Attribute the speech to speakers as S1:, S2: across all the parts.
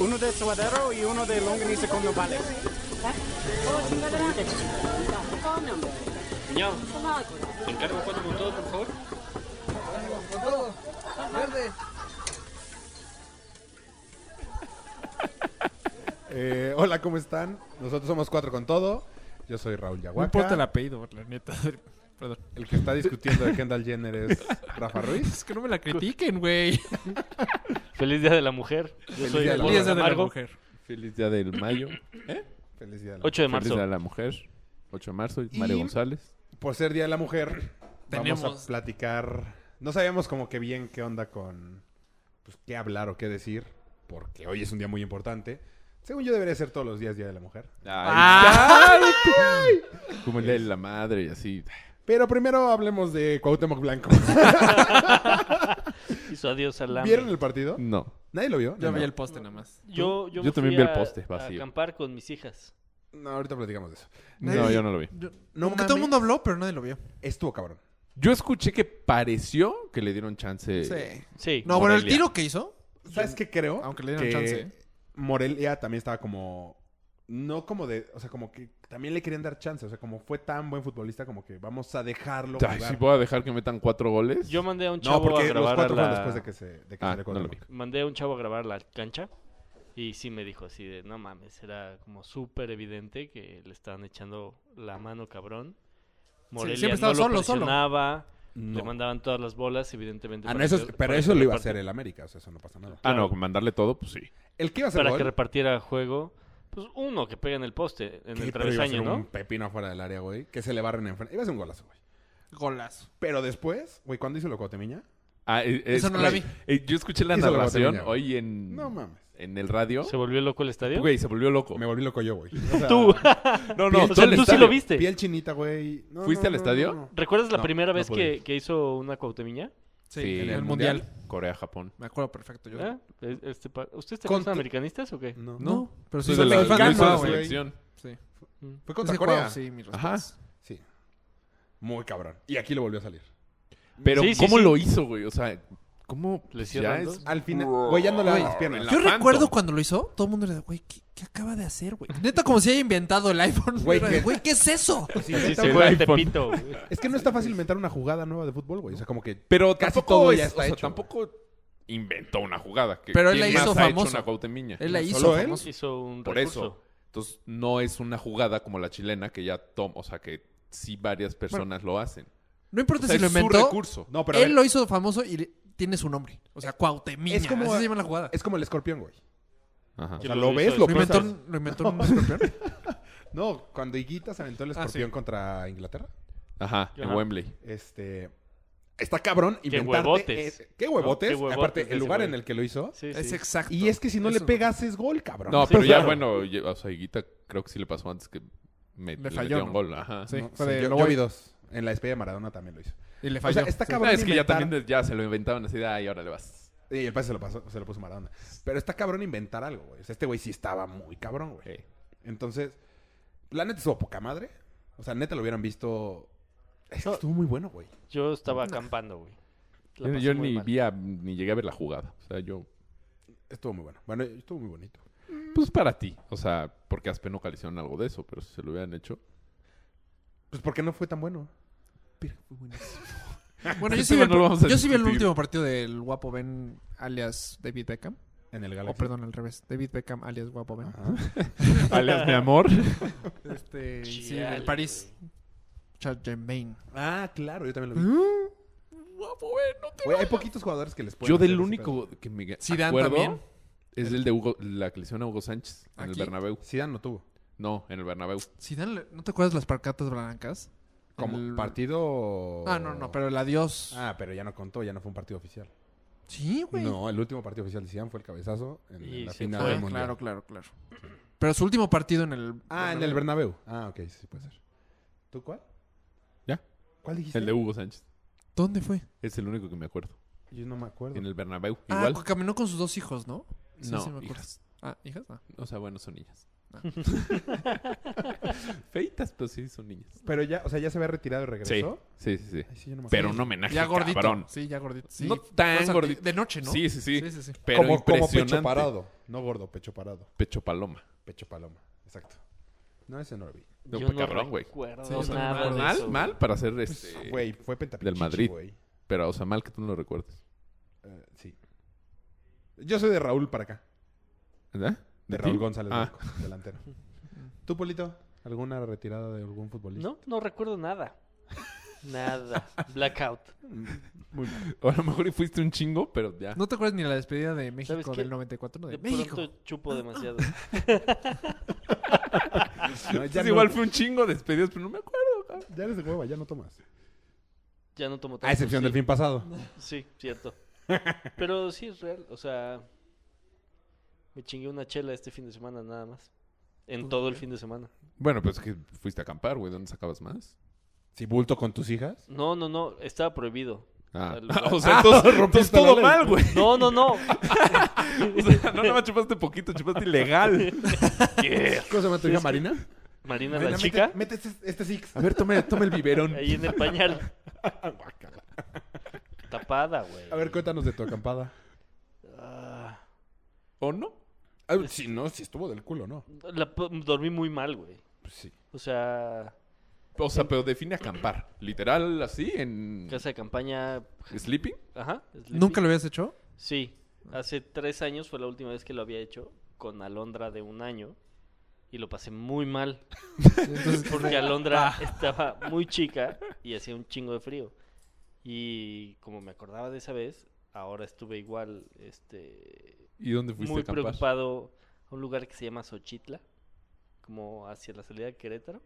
S1: Uno de suadero y uno de longaniza con nopales.
S2: Ya, encargo cuatro con todo, por favor.
S3: Eh, hola, ¿cómo están? Nosotros somos Cuatro con Todo. Yo soy Raúl
S4: No importa el
S3: Yaguaca.
S4: apellido, la neta. Perdón.
S3: El que está discutiendo de Kendall Jenner es Rafa Ruiz.
S4: Es que no me la critiquen, güey.
S2: Feliz Día de la Mujer. Yo
S3: Feliz
S2: soy
S3: Día de la
S2: Eduardo
S3: Mujer.
S4: Días de la
S2: Camargo.
S4: mujer.
S5: Feliz día del mayo.
S3: Feliz día de la
S2: 8 de
S5: Feliz
S2: marzo.
S5: día de la mujer. 8 de marzo.
S3: Y-
S5: Mario González.
S3: Por ser Día de la Mujer, vamos
S4: Tenemos-
S3: a platicar. No sabíamos como que bien qué onda con pues, qué hablar o qué decir, porque hoy es un día muy importante. Según yo debería ser todos los días Día de la Mujer.
S5: Como el día de la madre y así.
S3: Pero primero hablemos de Cuauhtémoc Blanco.
S2: Hizo adiós al AME.
S3: ¿Vieron el partido?
S5: No.
S3: Nadie lo vio.
S4: Ya
S3: No.
S4: veía el poste nada más.
S2: Yo, yo,
S5: Yo
S2: me
S5: también
S2: fui
S5: vi el
S2: a-
S5: poste
S2: A
S5: vacío.
S2: acampar con mis hijas.
S3: No, ahorita platicamos de eso.
S5: No, yo no lo vi.
S3: No
S4: Como que todo
S3: mames.
S4: el mundo habló, pero nadie lo vio.
S3: Estuvo cabrón.
S5: Yo escuché que pareció que le dieron chance.
S4: Sí.
S2: Sí.
S4: No, bueno, el
S5: Morelia.
S4: tiro que hizo.
S3: ¿Sabes qué creo?
S4: Aunque le dieron chance, ¿eh?
S3: Morelia también estaba como. No como de. O sea, como que también le querían dar chance. O sea, como fue tan buen futbolista, como que vamos a dejarlo.
S5: Ay,
S3: jugar.
S5: si voy a dejar que metan cuatro goles.
S2: Yo mandé a un
S3: no,
S2: chavo a
S3: porque los
S2: grabar
S3: cuatro
S2: a
S3: fueron
S2: la...
S3: después de que se, de que
S5: Ah,
S3: salió
S5: no lo vi.
S3: Cuauhtémoc.
S2: Mandé a un chavo a grabar la cancha y sí me dijo así de, no mames, era como súper evidente que le estaban echando la mano cabrón. Morelia
S4: siempre
S2: no
S4: estaba
S2: lo
S4: solo, solo.
S2: presionaba, le
S3: No.
S2: mandaban todas las bolas, evidentemente.
S3: Ah, no,
S2: para
S3: eso
S2: que-
S3: es- pero
S2: para
S3: eso
S2: que
S3: lo iba a
S2: reparti-
S3: hacer el América. O sea, eso no pasa nada.
S5: Ah, no, mandarle todo, pues sí.
S3: El que iba a hacer
S2: Para
S3: gol,
S2: que repartiera juego, pues uno que pega en el poste, en
S3: que-
S2: el
S3: pero iba a
S2: travesaño,
S3: ser un
S2: ¿no?
S3: pepino afuera del área, güey. Que se le barren enfrente. Iba a ser un golazo, güey.
S4: Golazo.
S3: Pero después, güey, ¿cuándo hizo lo Cuauhtémiña?
S5: Ah, eh, eh,
S4: Esa no la vi.
S5: eh, yo escuché la
S3: Hizo la
S5: narración
S3: botella.
S5: hoy en,
S2: Mm.
S3: No mames.
S5: en el radio.
S2: Se volvió loco el estadio.
S5: Güey, se volvió loco.
S3: Me volví loco yo, güey. O sea,
S2: Tú,
S5: No,
S2: o
S5: no,
S2: sea,
S5: todo el
S2: tú sí
S5: estadio.
S2: lo viste.
S3: Piel chinita, güey. No,
S5: ¿Fuiste
S3: no,
S5: al
S3: no,
S5: estadio?
S3: no, no.
S2: ¿Recuerdas la
S3: No,
S2: primera
S3: no
S2: vez
S3: pude
S2: que,
S3: ir.
S2: que hizo una Cuauhtemiña?
S4: Sí,
S5: Sí,
S4: en el mundial.
S5: Corea-Japón.
S4: Me acuerdo perfecto. Yo.
S2: ¿Eh? Es- Este, pa- ¿Ustedes te
S4: Contra-
S2: son americanistas o qué?
S3: No.
S4: No, pero sí,
S5: Soy
S4: soy
S5: de la,
S4: muy fan del
S5: soy de la
S4: Cuau, güey.
S5: selección.
S4: Sí.
S2: Mm.
S3: Fue contra
S4: Ese
S3: Corea.
S4: Cuau, sí, mis
S5: Ajá.
S4: respetos.
S3: Sí. Muy cabrón. Y aquí lo volvió a salir.
S5: Pero,
S2: Sí, sí,
S5: ¿cómo
S2: sí.
S5: lo hizo, güey? O sea, ¿cómo
S2: ¿Le
S5: ya
S2: cierran
S5: es
S2: dos?
S3: Al final, güey, ya no le daban las piernas.
S5: La
S4: Yo
S5: Phantom.
S4: recuerdo cuando lo hizo, todo el mundo era, güey, ¿qué, qué acaba de hacer, güey? Neta, como si haya inventado el iPhone.
S3: Güey,
S4: Güey,
S3: que-
S4: güey ¿qué es eso?
S3: Sí,
S2: Sí,
S3: neta,
S2: se
S3: güey.
S2: fue a
S5: el iPhone.
S2: Tepito, güey.
S3: es que no está fácil inventar una jugada nueva de fútbol, güey. O sea, como que
S5: Pero
S3: Casi
S5: tampoco
S3: todo
S5: es-
S3: ya está
S5: o sea,
S3: hecho,
S5: tampoco inventó una jugada. que-
S4: Pero él
S5: ¿quién
S4: la hizo
S5: más ha hecho
S4: famosa.
S5: una Cuauhtemiña?
S4: Él la hizo.
S3: ¿Solo él?
S4: famoso.
S2: Hizo un
S5: Por
S2: recurso.
S5: eso. Entonces, no es una jugada como la chilena que ya toma, o sea, que sí varias personas lo hacen.
S4: No importa
S5: O sea,
S4: si lo
S5: es su
S4: inventó.
S5: recurso.
S3: No, pero a
S4: él
S3: ver,
S4: lo hizo famoso y le- tiene su nombre. O sea, Cuauhtémiña.
S3: Es como-
S4: Así se llama la jugada.
S3: es como el escorpión, güey.
S5: Ajá.
S3: O sea,
S2: Sí,
S3: lo
S2: lo
S3: ves,
S2: hizo
S3: lo
S4: ¿Lo inventó,
S3: piensas.
S4: un- lo inventó un escorpión?
S3: No, cuando Higuita se aventó el
S4: Ah,
S3: escorpión contra Inglaterra,
S5: Ajá, en
S2: Ajá.
S5: Wembley.
S3: este está cabrón inventarte.
S2: huevotes.
S3: eh, qué huevotes.
S2: No, qué huevotes
S3: Aparte,
S2: ese
S3: el lugar
S2: güey.
S3: en el que lo hizo.
S2: Sí, sí.
S4: Es exacto.
S3: Y es que si no
S4: Eso.
S3: le pegas es gol, cabrón.
S5: No,
S2: Sí,
S5: pero ya,
S2: claro.
S5: bueno, ya- o sea, Higuita creo que sí le pasó antes que me,
S4: Le
S5: le
S4: falló,
S5: metió
S4: ¿no?
S5: un gol. Ajá. Ah,
S4: Sí,
S3: No,
S4: fue
S3: sí,
S4: de,
S3: yo,
S4: lo
S3: yo
S4: voy.
S3: vi dos. En la despedida de Maradona también lo hizo.
S4: Y le
S3: O
S4: falló.
S3: sea, está
S4: Sí.
S5: No,
S3: cabrón.
S5: Ah, es que ya
S3: inventar-
S5: también de- ya se lo inventaban así de, ay, ahora le vas.
S3: Y el pase se lo, pasó, se lo puso Maradona. Pero está cabrón inventar algo, güey. O sea, este güey sí estaba muy cabrón, güey.
S5: Eh.
S3: Entonces, la neta estuvo poca madre. O sea, neta lo hubieran visto. Es que estuvo muy bueno, güey.
S2: Yo estaba acampando, güey. La
S5: Yo,
S2: pasé
S5: yo
S2: muy
S5: ni
S2: mal.
S5: vi a- ni llegué a ver la jugada. O sea, yo.
S3: Estuvo muy bueno. Bueno, estuvo muy bonito.
S5: Pues para ti. O sea, porque Aspe no calizaron algo de eso, pero si se lo hubieran hecho.
S3: Pues porque no fue tan bueno.
S4: Bueno, yo
S5: Este
S4: sí, vi el,
S5: no lo vamos a
S4: yo sí vi el
S5: discutir.
S4: último partido del Guapo Ben alias David Beckham.
S3: En el
S4: O
S3: Galaxy.
S4: Oh, perdón, al revés. David Beckham alias Guapo Ben.
S3: Ajá.
S5: Alias, mi amor.
S4: Este, sí,
S2: Chale,
S4: del París. Charles Germain.
S3: Ah, claro, yo también lo vi.
S4: Mm.
S3: Güey, hay poquitos jugadores que les pueden.
S5: Yo
S3: hacer
S5: del
S3: ese
S5: único que me
S4: Zidane
S5: acuerdo
S4: también.
S5: es el de Hugo, la que le hicieron a Hugo Sánchez en
S4: Aquí.
S5: el Bernabéu.
S3: pedo. Zidane no tuvo.
S5: No, en el Bernabéu.
S4: Zidane, le- ¿no te acuerdas las parcatas blancas?
S3: Como
S4: El-
S3: partido.
S4: Ah, no, no, pero el adiós.
S3: Ah, pero ya no contó, ya no fue un partido oficial.
S4: sí, güey.
S3: No, el último partido oficial de Zidane fue el cabezazo en,
S2: Y
S3: la
S2: se
S3: final
S2: fue.
S3: del
S4: Ah,
S3: mundial.
S4: claro, claro, claro. Pero su último partido en el.
S3: Ah, en el Bernabéu. Ah, ok, sí, sí puede ser. ¿Tú cuál?
S5: ¿Ya?
S3: ¿Cuál dijiste?
S5: El de Hugo Sánchez.
S4: ¿Dónde fue?
S5: Es el único que me acuerdo.
S3: Yo no me acuerdo.
S5: En el Bernabéu.
S4: Ah,
S5: Igual.
S4: cu- caminó con sus dos hijos, ¿no? Sí,
S5: no,
S4: sí me acuerdo.
S5: hijas.
S4: Ah, hijas. Ah.
S5: O sea, bueno, son niñas. Feitas, pero sí son niñas.
S3: Pero ya, o sea, ya se había retirado y regresó.
S5: Sí, sí, sí.
S3: Ay, sí, yo no me
S5: Pero
S3: acuerdo.
S5: un homenaje
S4: Ya gordito.
S5: Ah, cabrón.
S4: Sí, ya gordito. sí.
S5: No tan
S4: Más anti-
S5: gordito.
S4: De noche, ¿no?
S5: Sí, sí, sí.
S4: Sí, sí, sí.
S5: Pero
S3: como, como
S5: impresionante.
S3: pecho parado. No gordo, pecho parado.
S5: Pecho paloma.
S3: Pecho paloma. Exacto. No, ese no lo vi.
S5: No,
S2: Yo
S5: pues,
S2: no
S5: cabrón, güey.
S2: recuerdo
S4: Sí, yo tampoco.
S2: nada de
S5: Mal,
S2: eso,
S5: mal para hacer este...
S3: Güey, fue pentapichichi,
S5: del Madrid.
S3: güey.
S5: Pero, o sea, mal que tú no lo recuerdes.
S3: Eh, sí. Yo soy de Raúl para acá.
S5: ¿Verdad?
S3: De,
S5: ti?
S3: Raúl González
S5: Ah.
S3: Blanco, delantero. ¿Tú, Polito? ¿Alguna retirada de algún futbolista?
S2: No, no recuerdo nada. Nada. Blackout.
S3: Muy mal.
S5: O a lo mejor y fuiste un chingo, pero ya.
S4: No te acuerdas ni la despedida de México
S2: qué?
S4: del 94, no, de,
S2: De
S4: México.
S2: pronto chupo demasiado.
S3: Ah, No,
S5: Entonces,
S3: ya,
S5: igual
S3: no,
S5: fue un chingo de despedidos, pero no me acuerdo.
S3: ya eres de hueva, ya no tomas.
S2: Ya no tomo tanto.
S3: A excepción
S2: sí.
S3: del fin pasado.
S2: Sí, cierto. Pero sí es real, o sea, me chingué una chela este fin de semana nada más. En todo el fin de semana.
S5: Bueno, pues es que fuiste a acampar, güey. ¿Dónde sacabas más?
S3: Si bulto con tus hijas.
S2: No, no, no, estaba prohibido.
S5: Ah,
S2: Al-
S5: o sea, entonces, entonces
S3: la
S5: todo
S3: ley.
S5: mal, güey.
S2: No, no, no.
S5: O sea, no nada más chupaste poquito, chupaste ilegal.
S2: Yeah.
S3: ¿Cómo se llama tu hija Marina?
S2: Marina
S3: Marina,
S2: la
S3: mete-
S2: chica,
S3: Mete, este, este six.
S5: A ver, toma, toma el biberón.
S2: ahí en el pañal. Tapada, güey.
S3: A ver, cuéntanos de tu acampada.
S2: Ah,
S5: ¿O no?
S3: Ah, si no, si estuvo del culo, ¿no?
S2: la p- dormí muy mal, güey.
S3: Pues sí.
S2: O sea,
S5: O sea, pero define acampar. Literal, así, en...
S2: casa de campaña,
S5: ¿Sleeping?
S2: ajá. sleepy.
S4: ¿Nunca lo habías hecho?
S2: Sí, hace tres años fue la última vez que lo había hecho con Alondra de un año y lo pasé muy mal
S4: Entonces,
S2: porque Alondra estaba muy chica y hacía un chingo de frío. Y como me acordaba de esa vez, ahora estuve igual este,
S5: ¿Y dónde fuiste
S2: muy
S5: a acampar?
S2: preocupado a un lugar que se llama Xochitla, como hacia la salida de Querétaro,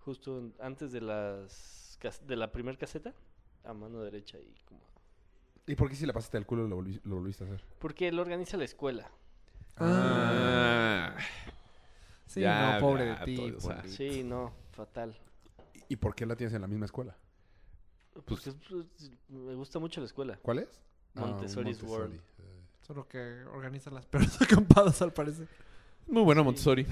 S2: justo en- antes de, las, cas- de la primer caseta, a mano derecha y como...
S3: ¿Y por qué si la pasaste del culo lo, volvi- lo volviste a hacer?
S2: Porque lo organiza la escuela.
S4: Ah,
S5: Ah,
S4: sí,
S5: ya,
S4: no, pobre
S5: ya,
S4: de ti. pues.
S5: todo, o sea,
S4: pobre.
S2: Sí, no, fatal.
S3: ¿Y por qué la tienes en la misma escuela?
S2: Porque pues, me gusta mucho la escuela.
S3: ¿Cuál es? Ah, un
S2: Montessori's World.
S4: Solo que organizan las peores acampadas, al parecer.
S5: Muy bueno, Montessori.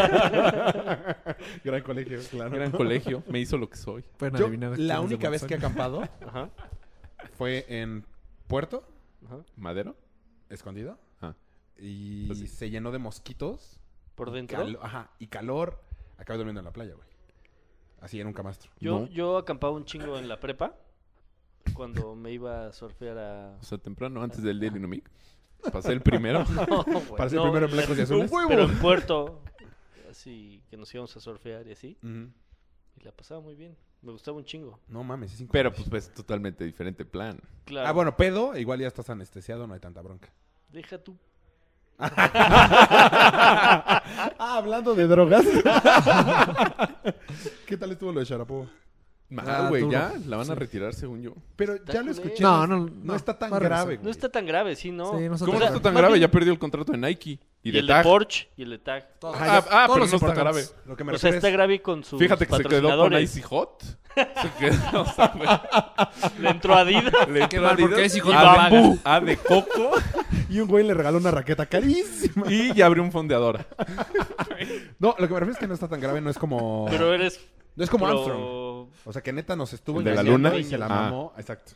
S3: Eh, Gran colegio, claro.
S5: Gran colegio. Me hizo lo que soy.
S4: Pueden
S3: Yo,
S4: adivinar quién es
S3: la
S4: de
S3: única vez que he
S4: Montessori.
S3: acampado
S2: Ajá,
S3: fue en Puerto,
S2: ajá.
S5: ¿Madero?
S3: escondido.
S5: Ah.
S3: Y
S5: Pues sí.
S3: se llenó de mosquitos.
S2: Por dentro.
S3: calo- ajá, y calor. Acabé durmiendo en la playa, güey. Así en un camastro.
S2: Yo,
S5: No.
S2: yo acampaba un chingo en la prepa cuando me iba a surfear a.
S5: O sea, temprano, antes del Daily Numic. Pasé el primero.
S2: No, güey,
S3: Para ser
S2: no,
S3: primero en blancos y azules.
S2: Pero en Puerto, así que nos íbamos a surfear y así.
S3: Ujú.
S2: Y la pasaba muy bien. Me gustaba un chingo.
S3: No mames, es
S5: Pero
S3: increíble.
S5: pues es totalmente diferente plan.
S2: Claro.
S3: Ah, bueno, pedo, igual ya estás anestesiado, no hay tanta bronca.
S2: Deja tú.
S3: Ah, hablando de drogas. ¿Qué tal estuvo lo de Sharapova?
S5: Ah,
S4: Ah,
S5: güey,
S4: duro.
S5: ya la van a
S4: Sí.
S5: retirar, según yo.
S3: Pero
S2: Está
S3: ya lo
S2: culero.
S3: escuché.
S4: No, no,
S3: No está tan
S4: va a regresar.
S3: grave,
S2: No está tan grave, sí, ¿no?
S4: Sí, no está tan
S5: ¿Cómo no
S4: grave.
S5: está tan
S2: más
S5: grave?
S2: bien-
S5: Ya perdió el contrato de Nike. Y,
S2: Y,
S5: de
S2: el
S5: Tag.
S2: de Porsche y el de Tag.
S4: Todos.
S5: Ah, ah,
S4: todos
S5: pero
S4: los
S5: no está grave.
S4: importantes.
S3: Lo que me
S2: O sea,
S3: refiero
S2: está
S3: es-
S2: grave con sus
S5: Fíjate que se quedó con
S2: patrocinadores.
S5: Icy Hot. Se quedó, o sea, güey,
S2: Le entró Adidas.
S5: le entró
S4: mal, porque
S5: Adidas,
S4: Icy Hot
S5: A
S4: no
S5: de-
S4: paga.
S5: A de coco
S3: Y un güey le regaló una raqueta carísima.
S5: y ya abrió un fondeadora.
S3: No, lo que me refiero es que no está tan grave, no es como.
S2: Pero eres.
S3: no es como
S2: pro-
S3: Armstrong. O sea, que neta nos estuvo
S5: ¿El de la
S3: engañando
S5: luna?
S3: y se la
S5: Ah.
S3: mamó. Exacto.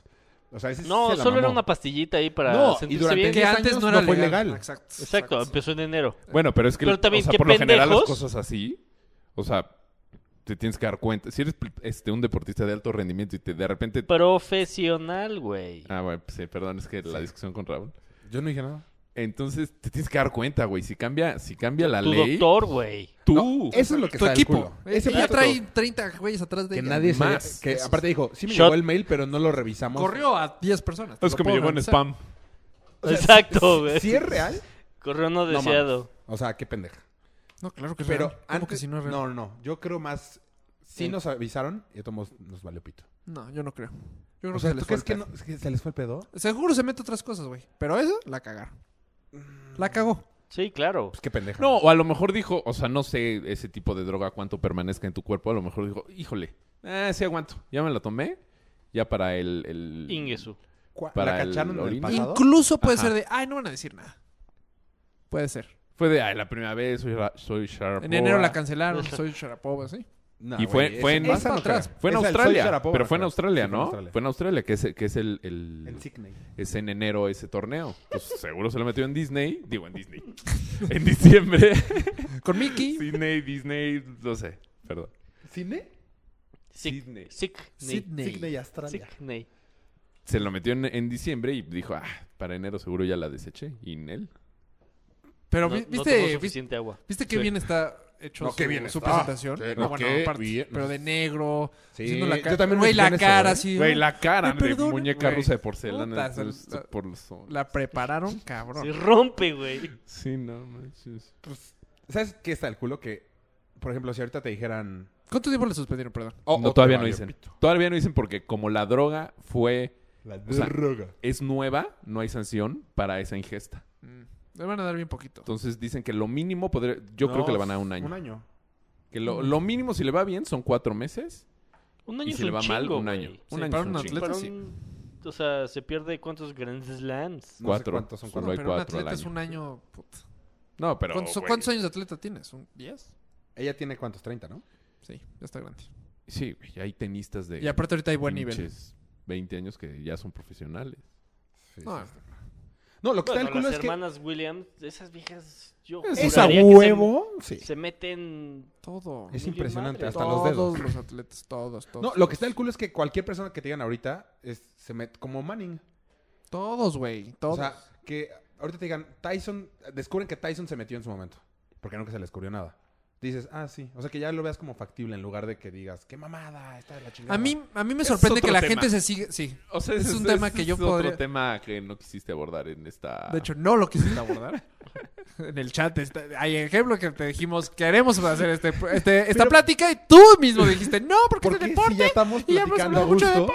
S3: O sea, ese sí
S2: No,
S3: se la
S2: solo era
S3: mamó.
S2: una pastillita ahí para
S3: No, y
S2: sentirse
S3: durante
S2: bien.
S3: qué
S4: Que
S3: diez
S4: antes
S3: años
S4: no era
S3: no fue
S4: legal.
S3: legal.
S4: Exacto.
S2: Exacto, empezó en enero.
S5: Bueno, pero es que
S2: Pero también,
S5: o sea,
S2: qué
S5: por lo general las
S2: pendejos.
S5: cosas así, o sea, te tienes que dar cuenta. Si eres este, un deportista de alto rendimiento y te, de repente...
S2: Pues, Profesional, güey.
S5: Ah, bueno, pues, sí, perdón, es que la
S3: Sí.
S5: discusión con Raúl.
S3: Yo no dije nada.
S5: Entonces te tienes que dar cuenta, güey. Si cambia, si cambia la
S2: tu
S5: ley,
S2: doctor, güey.
S5: tú...
S2: Uh,
S3: Eso es lo que
S4: Tu
S3: está del
S4: equipo.
S3: culo.
S4: Ese ya
S3: punto
S4: trae 30 güeyes atrás de
S3: Que
S4: ella.
S3: nadie se-
S5: Más.
S3: Que aparte dijo, sí me
S2: Shot.
S3: llegó el mail, pero no lo revisamos.
S4: Corrió a 10 personas.
S5: Es que me llegó en spam.
S2: Exacto, güey.
S3: Si es real.
S2: Correo no
S3: mames.
S2: deseado.
S3: O sea, qué pendeja.
S4: No, claro que es
S3: Pero
S4: real. ¿Cómo
S3: antes.
S4: que si no es real?
S3: no, no, no. Yo creo más. Sí
S4: Sí.
S3: nos avisaron y a todos nos valió pito.
S4: No, yo no creo. Yo creo
S3: O
S4: que
S3: sea,
S4: se
S3: ¿tú
S4: les fue
S3: crees
S4: el
S3: que,
S4: pedo.
S3: no- es que se les fue el pedo?
S4: Seguro se mete otras cosas, güey. Pero eso, la cagaron.
S3: Mm.
S4: La cagó.
S2: Sí, claro.
S3: Pues qué pendeja.
S5: No, o a lo mejor dijo, o sea, no sé ese tipo de droga cuánto permanezca en tu cuerpo. A lo mejor dijo, híjole, eh, sí aguanto. Ya me la tomé. Ya para el. el...
S2: Ingesu.
S3: Cua-
S5: Para
S3: ¿La
S5: el
S3: cacharon en el
S5: orina.
S3: pasado?
S4: Incluso puede
S5: Ajá.
S4: ser de, ay, no van a decir nada. Puede ser.
S5: Fue de, ay, la primera vez soy, ra- soy Sharapova.
S4: En enero la cancelaron, soy Sharapova, sí.
S3: No,
S5: Y fue-
S3: güey,
S5: fue
S3: esa-
S5: en-
S3: esa no
S4: atrás.
S3: creo.
S5: Fue en
S3: Esa, el Soy
S5: Australia,
S3: Sharapova,
S5: pero fue en
S3: creo.
S5: Australia,
S3: Sí, fue en
S5: ¿no?
S3: Australia.
S5: Fue en Australia, que es, que es el, el-
S3: En Sydney.
S5: es en enero ese torneo. Pues seguro se lo metió en Disney. Digo, en Disney. En diciembre.
S4: Con Mickey.
S5: Disney, Disney, no sé. Perdón.
S6: ¿Cine?
S2: Sydney. Sydney.
S4: Sydney.
S6: Cine y Australia.
S2: Sydney.
S5: Se lo metió en, en diciembre y dijo, ah, para enero seguro ya la deseché. Y Nel.
S4: Pero
S2: No-
S4: vi-
S2: no tomó
S4: viste, viste,
S2: suficiente agua.
S4: viste qué
S2: Sí.
S4: bien está hecho
S3: No,
S4: su,
S3: qué bien
S4: su
S3: está.
S4: presentación.
S3: Sí,
S4: No,
S3: no,
S4: bueno,
S3: qué
S4: aparte,
S3: bien.
S4: pero de negro.
S3: Sí,
S4: haciendo la
S3: yo
S4: cara.
S3: también me
S4: Güey,
S3: fijé en
S4: la
S3: eso,
S4: cara
S3: ¿eh?
S4: así.
S5: Güey,
S4: ¿no?
S5: la cara
S4: Ay,
S5: de
S4: perdón,
S5: muñeca
S4: güey.
S5: rusa de porcelana.
S4: Puta,
S5: es-
S4: sal-
S5: es por los ojos.
S4: La prepararon, cabrón.
S2: Se rompe, güey.
S5: Sí, no manches.
S3: ¿Sabes qué está el culo? Que, por ejemplo, si ahorita te dijeran...
S4: ¿Cuánto tiempo le suspendieron, perdón?
S3: oh,
S5: no,
S3: oh,
S5: todavía
S3: te
S5: no
S3: valió
S5: dicen.
S3: pito.
S5: Todavía no dicen porque como la droga fue...
S3: La
S5: O sea,
S3: droga.
S5: Es nueva, no hay sanción para esa ingesta.
S4: Mm, Le van a dar bien poquito.
S5: Entonces dicen que lo mínimo podría... Yo creo
S3: No,
S5: que le van a un año.
S3: Un año.
S5: Que lo, lo mínimo, si le va bien, son cuatro meses.
S2: Un
S5: Y
S2: año
S5: si
S2: es
S5: le
S2: un
S5: va mal,
S2: chingo,
S5: un año.
S2: güey.
S5: Un
S4: Sí,
S5: año
S4: para
S5: es un
S4: un
S5: chingo.
S4: atleta.
S2: Para
S4: sí.
S2: un- O sea, se pierde cuántos Grand Slams.
S3: No
S5: Cuatro.
S3: sé cuántos son
S5: Solo
S3: cuatro.
S5: hay
S4: pero un
S5: cuatro al
S4: atleta es
S5: año.
S4: un año. puta.
S5: No, pero...
S4: ¿Cuántos,
S5: güey,
S4: cuántos años de atleta tienes? ¿Un 10?
S3: Ella tiene cuántos, 30, ¿no?
S4: Sí, ya está grande.
S5: Sí, güey, hay tenistas de...
S4: Y aparte ahorita hay buen nivel.
S5: pinches 20 años que ya son profesionales.
S3: Sí,
S4: No.
S5: Ah.
S3: sí, está. No, lo que
S2: Bueno,
S3: está el culo
S2: las
S3: es que...
S2: hermanas Williams, esas viejas, yo
S4: Pues,
S3: Es a
S2: juraría que se-
S3: huevo. Sí.
S2: Se meten...
S4: Todo.
S3: Es
S2: Ni
S3: impresionante,
S2: madre.
S3: hasta los
S4: todos
S3: dedos.
S4: los atletas, todos, todos.
S3: No, lo que está el culo es que cualquier persona que te digan ahorita es, se mete como Manning.
S4: Todos, güey. Todos.
S3: O sea, que ahorita te digan, Tyson, descubren que Tyson se metió en su momento, porque nunca se le descubrió nada. Dices, ah, sí. O sea, que ya lo veas como factible en lugar de que digas, qué mamada, está de la chingada.
S4: a, mí, a mí me
S5: Es
S4: sorprende
S5: otro
S4: que la
S5: tema.
S4: gente se sigue. Sí.
S5: O sea,
S4: Es
S5: ese
S4: un tema que yo
S5: ese
S4: podría-
S5: otro tema que no quisiste abordar en esta...
S3: Ah.
S4: De hecho, no lo quisiste abordar. en el chat está- hay ejemplo que te dijimos, queremos hacer este, este- esta plática y tú mismo dijiste, no, porque
S3: ¿Por
S4: es de
S3: qué
S4: deporte.
S3: si ya estamos
S4: y ya hemos
S3: platicando a
S4: hablado mucho de
S3: gusto?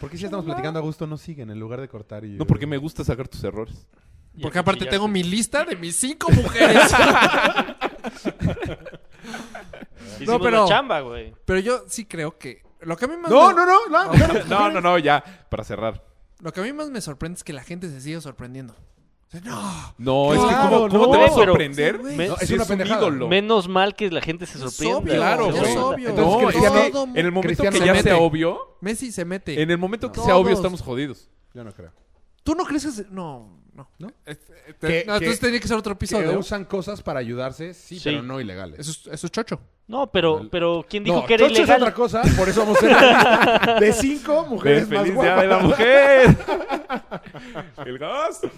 S3: ¿Por qué si ya estamos platicando a gusto no siguen en lugar de cortar y...
S5: No, porque me gusta sacar tus errores.
S4: Porque aparte tengo mi lista de mis cinco mujeres.
S2: no,
S4: No,
S2: pero...
S4: pero-
S2: chamba, güey.
S4: Pero yo sí creo que... Lo que a mí más
S3: No,
S4: me-
S3: no, no, no.
S5: No, no, no, ya, para cerrar.
S4: Lo que a mí más me sorprende es que la gente se sigue sorprendiendo. O sea, no.
S5: No,
S3: Claro,
S5: es que ¿cómo, cómo
S2: no,
S5: te vas a
S2: pero-
S5: sorprender?
S4: güey.
S2: Me-
S3: No,
S5: es,
S3: es
S5: si
S3: una
S5: es un
S3: pendejada.
S5: ídolo.
S2: Menos mal que la gente se
S4: Es
S2: sorprenda.
S4: obvio,
S5: Claro,
S4: es
S5: güey.
S4: obvio.
S3: Entonces,
S5: No, es
S3: Cristiano-
S5: que
S4: Todo mu-
S5: en el momento
S3: Cristiano
S5: que ya
S4: se
S5: sea
S4: mete.
S5: obvio,
S4: Messi se mete.
S5: en el momento que
S4: No.
S5: sea obvio
S4: Todos.
S5: estamos jodidos.
S3: Yo no creo.
S4: ¿Tú no crees que se... No, no.
S3: ¿No?
S4: Es- es-
S3: Que-
S4: no, entonces
S3: que-
S4: tenía que ser otro
S3: Que
S4: episodio. Eso
S3: usan cosas para ayudarse, sí,
S2: Sí.
S3: pero no ilegales.
S4: es, eso es chocho.
S2: No, pero, pero ¿quién dijo
S3: no,
S2: que era
S3: chocho es otra
S2: ilegal?
S3: cosa, por eso vamos a ser de cinco
S5: Ve,
S3: mujeres más
S5: ¡Feliz Día
S3: guapas.
S5: de la Mujer! ¡El gas!
S3: Ah.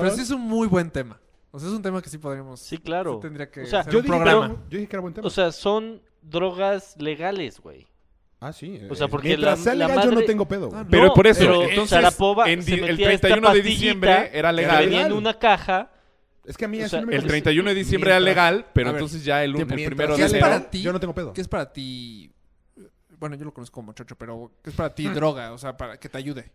S4: Pero sí es un muy buen tema. O sea, es un tema que sí podríamos...
S2: Sí, claro.
S4: Sí tendría que
S2: o sea,
S4: ser
S3: Yo
S4: un
S3: dije, que era-
S4: programa.
S3: yo dije que era buen tema.
S2: O sea, son drogas legales, güey.
S3: ah, sí.
S2: o sea,
S3: eh,
S2: porque
S3: mientras
S2: la-
S3: sea
S2: la
S3: legal, yo no
S2: madre-
S3: tengo pedo.
S4: Ah,
S3: güey.
S5: Pero
S2: No,
S5: por eso,
S2: pero
S5: entonces,
S2: Sharapova
S5: en di-
S2: se
S5: el
S2: metía esta
S5: 31 de
S2: pastillita
S5: diciembre era
S2: que
S5: legal.
S2: venía en una caja.
S3: Es que a mí
S2: O
S3: eso
S2: sea,
S3: no me
S5: El
S3: parece.
S5: 31 de diciembre era
S3: Mientras-
S5: legal, pero
S4: a ver,
S5: entonces ya el, un- el
S3: Mientras
S5: primero de
S4: ¿Qué es
S3: sea
S5: enero...
S3: legal,
S4: para ti?
S3: Yo no tengo pedo.
S4: ¿Qué es para ti? Bueno, yo lo conozco como chocho, pero ¿qué es para ti droga? O sea, para que te ayude.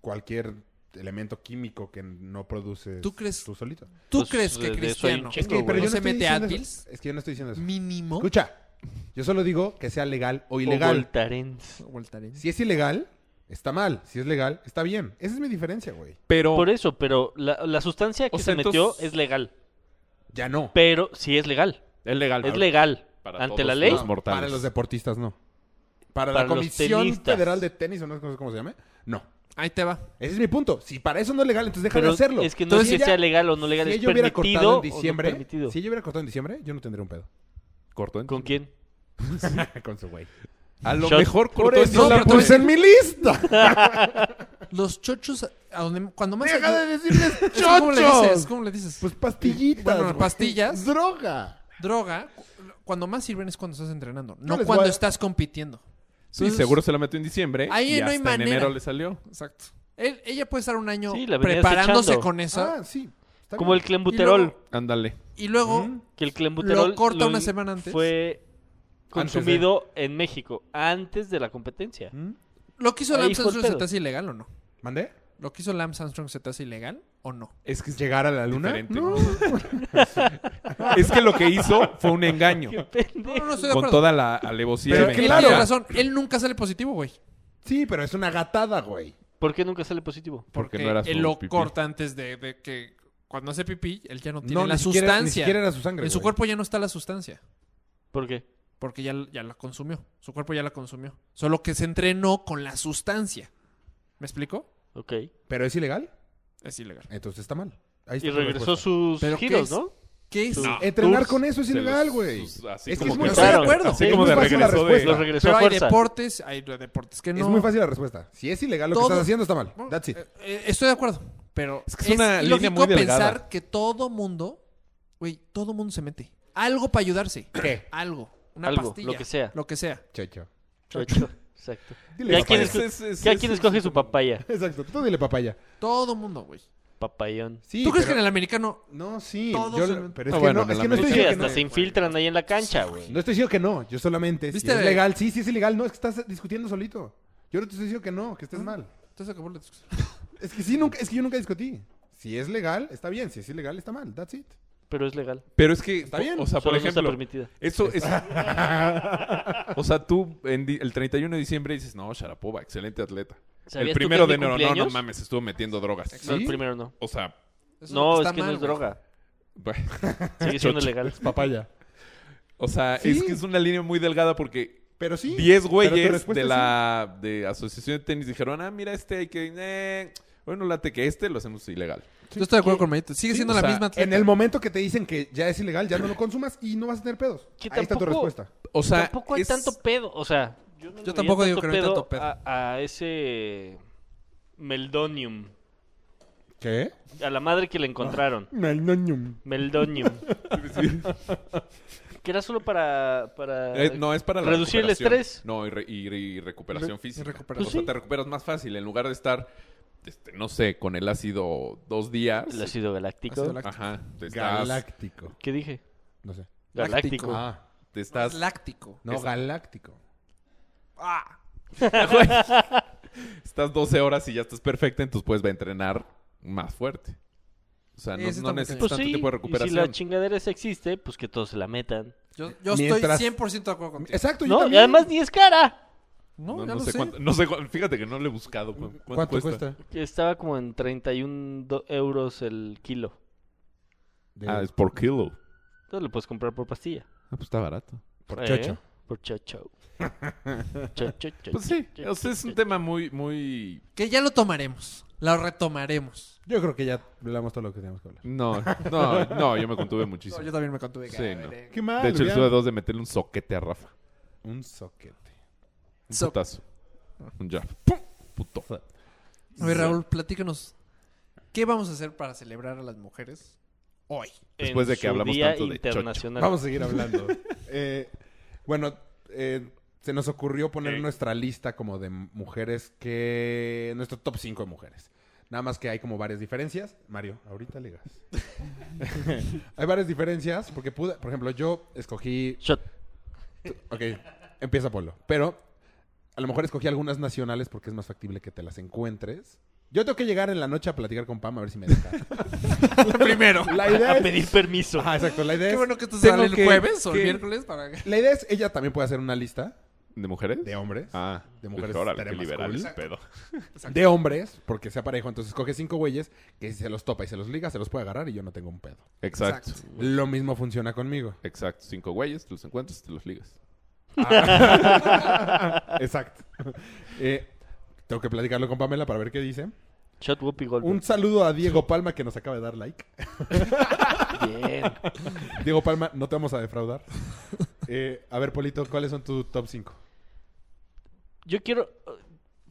S3: Cualquier elemento químico que no produce
S4: ¿Tú crees-
S3: tú solito.
S4: ¿tú
S2: Pues,
S4: crees que
S2: de- de eso hay un
S4: Cristiano
S2: chingo,
S3: Es que, pero
S2: güey.
S3: yo
S4: no se
S3: estoy
S4: mete
S3: diciendo
S4: Advils?
S3: eso. Es que yo no estoy diciendo eso.
S4: mínimo?
S3: Escucha, yo solo digo que sea legal o
S2: O
S3: ilegal.
S2: Voltarens.
S4: Voltaré.
S3: Si es ilegal, está mal. Si es legal, está bien. Esa es mi diferencia, güey.
S5: Pero...
S2: Por e- eso, pero la, la sustancia que
S5: O sea,
S2: se metió
S5: entonces-
S2: es legal.
S3: Ya no.
S2: Pero sí es legal.
S5: Es legal.
S2: Es legal.
S5: Para
S2: Ante
S5: todos
S2: la
S5: los
S2: ley.
S3: No,
S5: mortales.
S3: Para los deportistas, no. Para,
S2: ¿Eh? Para
S3: la
S2: los
S3: Comisión
S2: tenistas.
S3: Federal de Tenis, o no sé cómo se llame, no.
S4: Ahí te va.
S3: Ese es mi punto. Si para eso no es legal, entonces deja
S2: Pero
S3: de hacerlo.
S2: Es que no
S3: Entonces,
S2: es que
S3: ella-
S2: sea legal o no legal.
S3: Si
S2: es
S3: ella hubiera
S2: permitido
S3: cortado
S2: o
S3: en
S2: no
S3: diciembre,
S2: permitido.
S3: si ella hubiera cortado en diciembre, yo no tendría un pedo.
S5: Cortó en-
S2: ¿Con quién?
S3: Con su güey.
S5: A lo
S2: Shot.
S5: mejor
S3: Por
S5: cortó en
S3: eso pues, la
S5: diciembre.
S3: puse en mi lista.
S4: Los chochos, a donde- cuando más...
S3: Deja de decirles
S4: Es que ¿Cómo le dices?
S3: chochos.
S4: ¿Cómo le dices?
S3: Pues pastillitas.
S4: Bueno,
S3: güey.
S4: pastillas.
S3: Droga.
S4: Droga, cu- cuando más sirven es cuando estás entrenando, no
S3: les
S4: cuando
S3: voy a-
S4: estás compitiendo.
S5: Sí,
S4: Entonces,
S5: seguro se la metió en diciembre.
S4: Ahí
S5: y
S4: no hay
S5: hasta en
S4: manera.
S5: enero le salió.
S4: Exacto. Él- ella puede estar un año
S2: Sí, la venías
S4: preparándose
S2: echando.
S4: con eso
S3: Ah, sí. Está
S2: Como el
S3: bien.
S2: clembuterol.
S4: Y luego-
S5: Ándale.
S4: y luego
S2: que el clembuterol
S4: Lo corta
S2: lo
S4: una
S2: in-
S4: semana antes.
S2: Fue
S3: Antes
S2: consumido en México antes de la competencia.
S5: Mm.
S4: lo que hizo
S2: Ahí
S4: Lance
S2: fue el
S4: Armstrong se
S2: pedo.
S4: te hace ilegal o no.
S3: ¿Mandé?
S4: Lo que hizo Lance Armstrong se te hace ilegal o no.
S3: Es que llegar a la luna.
S5: Diferente.
S3: No.
S5: Es que lo que hizo fue un engaño.
S4: No, no, no estoy de
S5: Con
S4: acuerdo.
S5: toda la alevosía.
S3: Pero
S5: y
S4: Él
S5: venganza.
S3: claro.
S4: tiene razón, él nunca sale positivo, güey.
S3: Sí, pero es una gatada, güey.
S2: ¿Por qué nunca sale positivo?
S5: Porque
S4: Porque,
S5: no era su
S4: él Eh, lo
S5: pipí.
S4: corta antes de, de que cuando hace pipí, él ya no tiene
S3: No,
S4: la
S3: ni siquiera-
S4: sustancia.
S3: ni siquiera era su sangre.
S4: en su
S3: güey.
S4: cuerpo ya no está la sustancia.
S2: ¿Por qué?
S4: Porque ya, ya la consumió. Su cuerpo ya la consumió. Solo que se entrenó con la sustancia. ¿Me explico?
S2: Ok.
S3: Pero es ilegal,
S4: Es ilegal.
S3: entonces está mal. Ahí está
S2: Y
S3: tu
S2: regresó
S3: respuesta.
S2: sus
S4: ¿Pero qué
S2: giros,
S4: es?
S2: ¿no?
S4: ¿Qué es?
S5: No.
S3: Entrenar
S2: Tours
S3: con eso es
S5: Se los-
S3: ilegal, güey.
S5: sus- así
S3: Es que
S5: como
S3: es
S5: que
S3: muy
S4: Estoy de
S3: fácil.
S4: acuerdo.
S5: Así
S3: Es
S5: como
S3: muy
S5: de
S3: fácil la
S5: regreso de...
S3: respuesta.
S2: Los regresó
S4: Pero
S2: a
S4: hay
S2: fuerza.
S4: deportes, hay de- deportes que no.
S3: Es muy fácil la respuesta. Si es ilegal lo que
S4: Todo-
S3: estás haciendo, está mal.
S4: Bueno,
S3: That's it.
S4: eh, eh, estoy de acuerdo, pero
S5: Es que es una línea
S4: ilógico
S5: muy delgada.
S4: pensar que todo mundo, güey, todo mundo se mete. Algo para ayudarse.
S3: ¿Qué?
S4: Algo, una
S2: Algo,
S4: pastilla.
S2: lo que sea.
S4: Lo que sea.
S3: Checho.
S2: Chocho. Exacto.
S3: Dile
S2: Ya
S3: papaya.
S2: quien, esco-
S5: Es- es-
S2: ya
S5: es-
S2: quien
S5: es-
S2: escoge su papaya.
S3: Exacto. Tú dile papaya.
S4: Todo mundo, güey.
S2: Papayón.
S3: Sí,
S4: ¿Tú crees
S3: pero-
S4: que en el americano
S3: No, sí.
S4: Todos
S3: yo-
S4: se-
S3: Pero es
S5: Ah,
S3: que
S5: bueno,
S3: no,
S5: en
S3: es
S5: la
S3: que no estoy
S5: mesa.
S2: Sí,
S3: diciendo que
S2: hasta
S3: no.
S2: se infiltran ahí en la cancha, güey.
S3: No estoy diciendo que no. Yo solamente. Si
S4: ¿Viste?
S3: es legal, sí, sí es ilegal. No, es que estás discutiendo solito. Yo no te estoy diciendo que no, que
S4: Ah.
S3: estés mal.
S4: entonces acabó la discusión?
S3: Es que sí, nunca, es que yo nunca discutí. Si es legal, está bien. Si es ilegal, está mal. That's it.
S2: Pero es legal.
S5: Pero es que,
S3: Está bien.
S5: o sea,
S2: Solo
S5: por
S2: no está
S5: ejemplo,
S2: permitida.
S5: eso es... o sea, tú en di- el 31 de diciembre dices, no, Sharapova, excelente atleta. El
S2: ¿Sabías tú que
S5: primero
S2: es mi
S5: de enero, no, no
S2: cumpleaños?
S5: mames, estuvo metiendo drogas.
S2: No, el
S3: ¿Sí?
S2: primero no.
S5: O sea,
S4: Eso lo
S2: No, es
S4: está
S2: que
S4: mal,
S2: no es
S4: güey.
S2: droga.
S5: bueno,
S2: Sigue siendo legal.
S3: Papaya.
S5: o sea,
S3: Sí.
S5: es que es una línea muy delgada porque
S3: Pero sí.
S5: 10
S3: pero tu
S5: güeyes
S3: respuesta
S5: de
S3: es
S5: la de Asociación de Tenis dijeron, ah, mira este hay que... Eh, bueno, late que este lo hacemos ilegal.
S4: Yo estoy de acuerdo con Mayito. Sigue
S3: Sí,
S4: siendo
S5: o
S4: la
S5: sea,
S4: misma
S3: sí. En el
S4: momento
S3: momento que te dicen que ya es ilegal, ya no lo consumas y no vas a tener pedos.
S2: Que
S3: Ahí está tu
S2: tampoco-
S3: respuesta.
S5: O sea,
S2: tampoco hay
S5: es-
S2: tanto pedo. O sea, yo, no le veía
S4: tampoco digo que no hay tanto pedo.
S2: A, a ese Meldonium.
S3: ¿Qué?
S2: A la madre que le encontraron. Meldonium. que era solo para. para...
S5: Eh, no, es para la
S2: Reducir el
S5: recuperación.
S2: estrés.
S5: No, y, re- y- y recuperación física.
S4: recuperación.
S5: O sea,
S2: Pues sí.
S5: te recuperas más fácil en lugar de estar, este, no sé, con el ácido dos días.
S2: El ácido galáctico.
S4: Ácido láctico.
S5: Ajá. Te estás,
S3: Galáctico.
S2: ¿Qué dije?
S3: No sé.
S2: Galáctico.
S3: Ah,
S5: te estás-
S4: láctico.
S3: no, galáctico.
S4: Ah,
S5: estás 12 horas y ya estás perfecta, entonces puedes va a entrenar más fuerte. O sea, no,
S4: Ese
S5: no
S4: está muy
S5: necesitas
S2: Pues
S5: tanto
S2: sí.
S5: tiempo de
S2: Y si
S5: recuperación.
S2: la chingadera esa existe, pues que todos se la metan.
S4: yo, yo
S3: Mientras-
S4: estoy 100% de acuerdo contigo.
S3: Exacto, yo
S2: No, y
S3: también.
S2: además ni es cara.
S4: No,
S5: no,
S4: ya
S5: no
S4: lo
S5: sé
S4: sé.
S5: cuánto, no sé cu- fíjate que no lo he buscado. ¿Cu- ¿Cuánto,
S3: ¿Cuánto
S5: cuesta?
S3: cuesta?
S2: Estaba como en 31 do- euros el kilo.
S3: De-
S5: Ah, es por kilo.
S2: Entonces lo puedes comprar por pastilla.
S5: Ah, pues está barato.
S3: por
S2: Eh,
S3: chocho.
S2: Por chocho. Cho, cho, cho,
S5: Pues sí,
S2: cho,
S5: o sea, es
S2: cho,
S5: un
S2: cho.
S5: tema muy, muy...
S4: Que ya lo tomaremos. Lo retomaremos.
S3: Yo creo que ya hablamos todo lo que teníamos que hablar.
S5: No, no, no, yo me contuve muchísimo.
S4: No, yo Ah, también me contuve.
S5: Sí,
S4: Cabrón.
S5: no.
S3: Qué mal.
S5: De hecho,
S3: ya.
S5: estuve a dos de meterle un soquete a Rafa.
S3: Un soquete.
S5: Un
S4: So-
S5: putazo. Un jab. ¡Pum! Puto.
S4: A ver, Raúl, platícanos. ¿Qué vamos a hacer para celebrar a las mujeres hoy?
S5: Después
S2: En
S5: de que
S2: su
S5: hablamos
S2: día
S5: tanto de
S2: internacional.
S3: Vamos a seguir hablando. Eh, bueno, eh, se nos ocurrió poner
S2: Ok.
S3: nuestra lista como de mujeres que... Nuestro top 5 de mujeres. Nada más que hay como varias diferencias. Mario, ahorita ligas. hay varias diferencias porque pude... Por ejemplo, yo escogí...
S2: Shot.
S3: Ok, empieza Polo. Pero a lo mejor escogí algunas nacionales porque es más factible que te las encuentres. Yo tengo que llegar en la noche a platicar con Pam a ver si me deja.
S4: Primero.
S3: La idea
S2: A
S3: es...
S2: pedir permiso.
S3: Ah, exacto. La idea
S4: Qué
S3: es...
S4: bueno que esto
S5: Tengo
S4: sale el
S5: que-
S4: jueves o el
S5: que-
S4: miércoles para que...
S3: La idea es... Ella también puede hacer una lista
S5: ¿De mujeres?
S3: de hombres.
S5: Ah,
S3: De mujeres
S5: Dije, órale,
S3: estaría
S5: qué
S3: más
S5: liberal
S3: cool.
S5: el pedo.
S3: de hombres, porque sea parejo, entonces coge cinco güeyes que si se los topa y se los liga, se los puede agarrar y yo no tengo un pedo.
S5: Exacto.
S4: Exacto.
S3: Lo mismo funciona conmigo.
S5: Exacto. Cinco güeyes, te los encuentras, te los ligas.
S4: Ah.
S3: Exacto. Eh, tengo que platicarlo con Pamela para ver qué dice.
S2: Shot, whoop y golpe.
S3: Un saludo a Diego Palma que nos acaba de dar like.
S2: Ah, Bien.
S3: Diego Palma, no te vamos a defraudar. Eh, a ver, Polito, ¿cuáles son tu top 5?
S2: Yo quiero...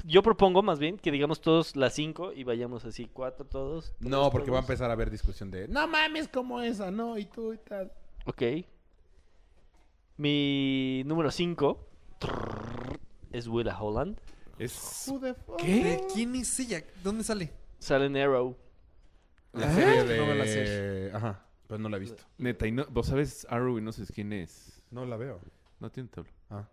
S2: Yo propongo más bien que digamos todos las cinco y vayamos así cuatro todos.
S3: No, porque va a
S2: todos.
S3: empezar a haber discusión de no mames como esa, no, y tú y tal.
S2: Ok. Mi número cinco es Willa Holland.
S5: Es...
S3: Who the fuck?
S4: ¿Qué? ¿Quién es ella? ¿Dónde sale?
S2: Sale en Arrow.
S3: La serie de...
S4: ¿Eh? No veo la serie.
S3: Ajá, pues no la he visto.
S5: Neta, y no... Vos sabes Arrow y no sé quién es.
S3: No la veo.
S5: No tiene tabla.
S3: Ah.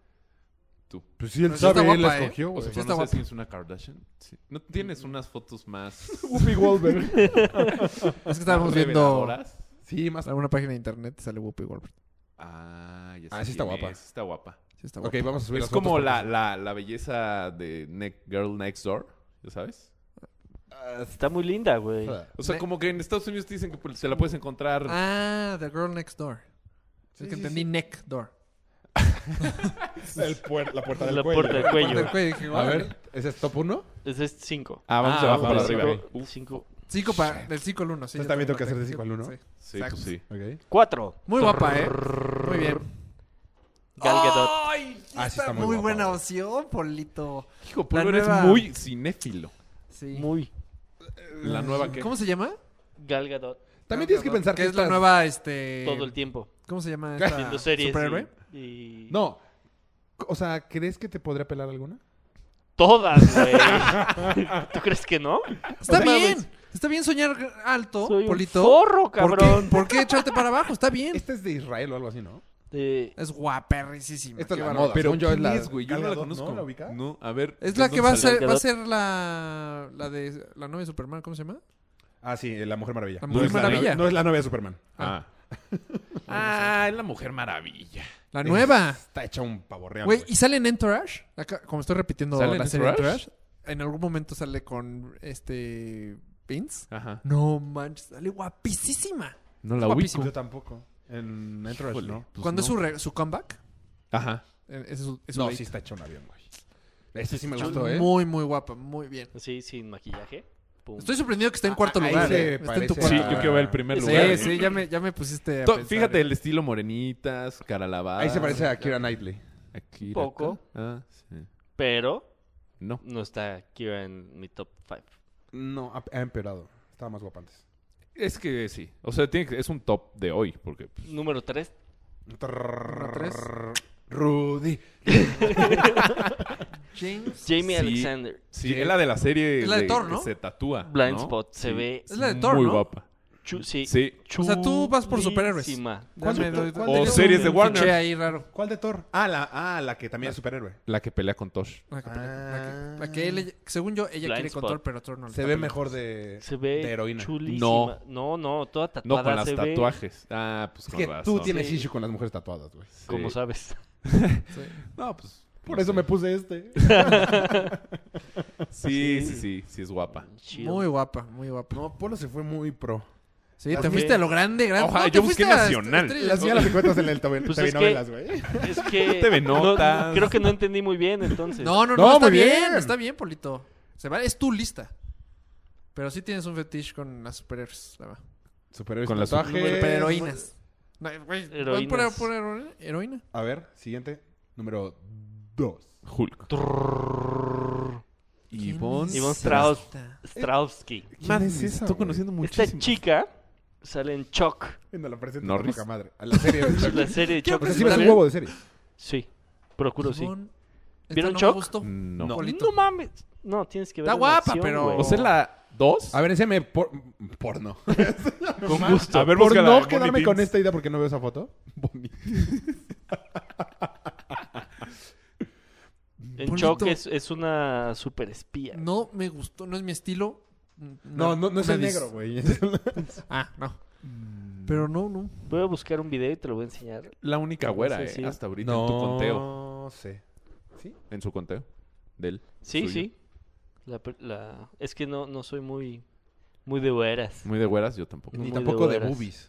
S5: Tú.
S3: Pues sí, él
S4: Pero sí está
S3: sabe, él la
S4: guapa, ¿eh?
S3: escogió,
S5: O
S3: güey.
S5: sea,
S4: Sí,
S5: pero
S4: está Mm.
S5: no sé
S4: guapa.
S5: si es una Kardashian. Sí. ¿No tienes unas fotos más
S3: Whoopi Goldberg. Ah,
S4: Es que estábamos viendo
S5: reveladoras?
S3: sí, más.
S4: alguna página de internet y sale Whoopi Goldberg.
S5: Ah, ya sé
S3: Ah, sí está
S5: quién
S3: guapa.
S5: es, Está guapa.
S4: Sí, está
S3: Ok,
S4: guapa.
S3: vamos a subir
S5: Es
S3: las fotos
S5: como
S3: porque
S5: la,
S3: sí.
S5: la, la belleza de ne- Girl Next Door, ¿ya sabes?
S2: Está muy linda, güey.
S5: O sea, como que en Estados Unidos te dicen que pues, se la puedes encontrar.
S4: Ah, The Girl Next Door. es que entendí Neck Door.
S3: El puer- la puerta del
S2: La
S3: cuello.
S2: puerta del cuello.
S4: Del cuello, dije,
S3: A
S4: órale.
S3: ver, ¿ese es top 1?
S2: Ese es 5.
S5: Ah, vamos
S4: Ah,
S5: de abajo para
S4: vamos de
S5: arriba. Uf,
S2: Cinco.
S4: Cinco pa- del 5 al 1. Sí,
S3: Entonces
S4: yo
S3: también tengo que
S4: la
S3: hacer de cinco al uno.
S4: Sí.
S5: sí, pues sí.
S3: Ok.
S2: Cuatro.
S4: Muy guapa, ¿eh? Muy bien.
S2: Gal Gadot.
S4: ¡Ay!
S3: Ah, sí
S4: está,
S3: está muy
S4: muy,
S3: guapa,
S4: buena
S3: güey.
S4: opción, Polito.
S5: Hijo,
S4: La
S5: Pulver eres
S4: nueva-
S5: muy cinéfilo.
S4: Sí.
S2: Muy.
S5: La nueva que...
S4: Mm, ¿Cómo se llama?
S2: Gal Gadot.
S3: También tienes que pensar
S4: Ah, que
S3: que,
S4: es la
S3: estas-
S4: nueva, este...
S2: Todo
S3: Eh.
S2: el tiempo.
S4: ¿Cómo se llama
S3: Viendo
S4: esta
S2: Viendo series. y-
S4: superhéroe?
S2: Y...
S3: No. O sea, ¿crees que te podría pelar alguna?
S2: Todas, güey. ¿Tú crees que no?
S4: Está
S2: No
S4: bien.
S2: mames.
S4: Está bien soñar alto,
S2: Soy un
S4: Polito.
S2: zorro,
S4: ¿Por
S2: cabrón.
S4: qué, por qué echarte para abajo? Está bien.
S3: Esta es de Israel o algo así, ¿no?
S2: Eh,
S4: Es guaperricísima.
S3: Esta es
S4: Qué
S3: la
S4: bárbaro.
S3: moda. Según yo, es
S5: ¿Quién
S3: la
S5: es, güey? Yo no la
S3: Galgadot,
S5: conozco.
S3: ¿No la ubicas?
S5: No, a ver.
S4: Es la
S5: ¿de
S4: que
S5: dónde
S4: va a
S5: salió?
S4: ser, va a
S2: Gadot.
S4: ser la, la de la novia de Superman, ¿cómo se llama?
S3: Ah, sí, La Mujer Maravilla.
S4: La
S3: No
S4: Mujer
S3: es
S4: Maravilla.
S3: no es la novia de Superman.
S5: Ah. Ah, es la Mujer Maravilla.
S4: La
S3: Es-
S4: nueva.
S3: Está hecha un pavo real,
S4: Güey,
S3: güey.
S4: ¿y sale en Entourage? Acá, como estoy repitiendo
S5: ¿Sale en
S4: la serie
S5: Entourage?
S4: Entourage, en algún momento sale con este Vince.
S5: Ajá.
S4: No manches, sale guapísima.
S5: No la ubico.
S4: Guapísima.
S3: Yo tampoco. En Entourage,
S5: Híjole,
S3: ¿no?
S5: pues
S4: ¿Cuándo es
S5: no.
S4: su, re- su comeback?
S5: Ajá.
S4: Eh, ese Es su, es su
S3: No,
S4: date.
S3: sí está hecha un avión, güey. Ese sí me gustó, ¿eh?
S4: Muy, muy guapa, muy bien.
S2: sí, sin maquillaje. Pum.
S4: Estoy sorprendido que esté en
S3: Ah,
S4: cuarto
S3: ahí
S4: lugar.
S3: se
S4: eh. Está en
S3: parece
S4: tu
S5: Sí,
S4: cuarto
S3: Ah.
S5: yo quiero ver el primer
S4: Sí,
S5: lugar.
S4: sí, ya me, ya me pusiste. a
S5: To-
S4: pensar,
S5: Fíjate
S4: eh.
S5: el estilo morenitas, cara lavada.
S3: Ahí se parece a Kira Knightley.
S5: Aquí.
S2: Poco.
S5: Ah, sí.
S2: Pero
S5: No.
S2: no está Kira en mi top 5.
S3: No, ha, ha empeorado. Estaba más guapa antes.
S5: Es que sí. O sea, tiene que- es un top de hoy. Porque pues,
S2: Número 3.
S4: tres.
S3: Rudy.
S4: James.
S2: Jamie
S5: Sí.
S2: Alexander.
S5: sí, es la de la serie
S4: Es la de Thor, ¿no?
S5: que se tatúa.
S2: Blind
S5: ¿no?
S2: Spot, se
S5: Sí.
S2: ve
S4: Es la de Thor,
S5: Muy
S4: ¿no?
S5: guapa.
S2: Chu- sí.
S5: Sí.
S4: O sea, tú vas por superhéroes.
S2: chulísima.
S4: Ya me doy-
S3: cuál
S5: O
S3: tenía
S5: series
S3: un
S5: de Warner.
S4: Fiché ahí raro.
S3: ¿Cuál de Thor? Ah, la, ah, la que también es superhéroe.
S5: La que pelea con Tosh.
S4: La que, la que-
S3: Ah.
S4: la que él- según yo, ella
S2: Blind
S4: quiere
S2: spot.
S4: control, pero Thor no le
S3: Se
S4: está
S3: ve
S4: peleando.
S3: mejor de,
S2: Se ve
S3: de heroína.
S2: chulísima. No. no, toda
S5: No,
S2: tatuada
S5: con las
S2: se ve,
S5: tatuajes. Ah, pues
S3: Es
S5: con
S3: que
S5: razón.
S3: tú tienes
S2: Sí.
S3: issue con las mujeres tatuadas, güey.
S5: Sí.
S2: como sabes.
S4: Sí.
S5: No, pues.
S3: Por
S5: no
S3: eso
S5: sé.
S3: me puse este.
S5: Sí, sí, sí. Sí, es guapa.
S2: Chill.
S4: Muy guapa, muy guapa.
S3: No, Polo se fue muy pro.
S4: Sí, te
S2: Así
S4: fuiste
S2: que-
S4: a lo grande, grande.
S5: Ojalá,
S4: No, te
S5: yo busqué
S4: fuiste a
S5: nacional.
S4: estrellas.
S3: Las ya las encuentras en el TV
S2: Pues es que-
S3: novelas, güey.
S2: Es que
S5: Te ve
S2: no,
S5: notas.
S2: creo que no entendí muy bien entonces.
S4: No, no, no,
S3: No,
S4: está
S3: muy
S4: bien.
S3: bien.
S4: está bien, Polito. Se vale, es tu lista. Pero sí tienes un fetiche con las superhéroes, la verdad.
S3: Superhéroes
S5: Con las
S3: tatuajes.
S4: Superheroínas. No, güey,
S2: Heroínas.
S4: ¿puedo poner- poner heroína? heroína?
S3: A ver, siguiente. Número dos.
S5: Hulk.
S4: Yvonne
S2: Yvonne Strauss.
S3: este?
S4: Esta.
S2: Strahovski.
S3: ¿Quién es esa,
S5: Estoy
S3: güey?
S5: conociendo
S2: Esta
S5: muchísimo.
S2: chica sale en Chuck.
S3: No la presento
S5: Norris.
S3: poca madre. A la serie. de
S2: La
S3: Chuck.
S2: serie de Chuck.
S3: o sea,
S2: es
S3: sí
S2: muy
S3: ves un
S2: buena.
S3: huevo de serie.
S2: Sí, procuro sí.
S4: Yvonne- esta
S2: ¿Vieron
S4: no me
S2: Chuck?
S4: gustó.
S5: No.
S4: No. Polito.
S2: No mames. No, tienes que ver
S4: Está
S2: la
S4: guapa,
S2: acción,
S4: pero-
S2: güey.
S5: O sea, la 2.
S3: A ver, enséñame por... porno.
S5: con gusto. A ver,
S3: Por
S5: búscala
S3: no
S5: en
S3: quedarme
S5: Bonnie
S3: con
S5: Beans.
S3: esta idea porque no veo esa foto.
S2: en Chuck
S4: Polito.
S2: es, es una super espía.
S4: No me gustó, no es mi estilo.
S3: No, no, no es
S4: me
S3: el
S4: dis-
S3: negro, güey. Mm.
S4: Ah, no. Pero no, no.
S2: Voy a buscar un video y te lo voy a enseñar.
S5: La única güera,
S2: sé
S5: eh,
S2: si-
S5: hasta ahorita en tu conteo.
S3: No sé.
S5: En su conteo. Del.
S2: Sí,
S5: suyo.
S2: sí. La, per- la- Es que no, no soy muy, muy de veras.
S5: Muy de güeras, yo tampoco.
S2: Muy
S3: Ni
S2: de
S3: tampoco de
S2: veras.
S3: boobies. Eh,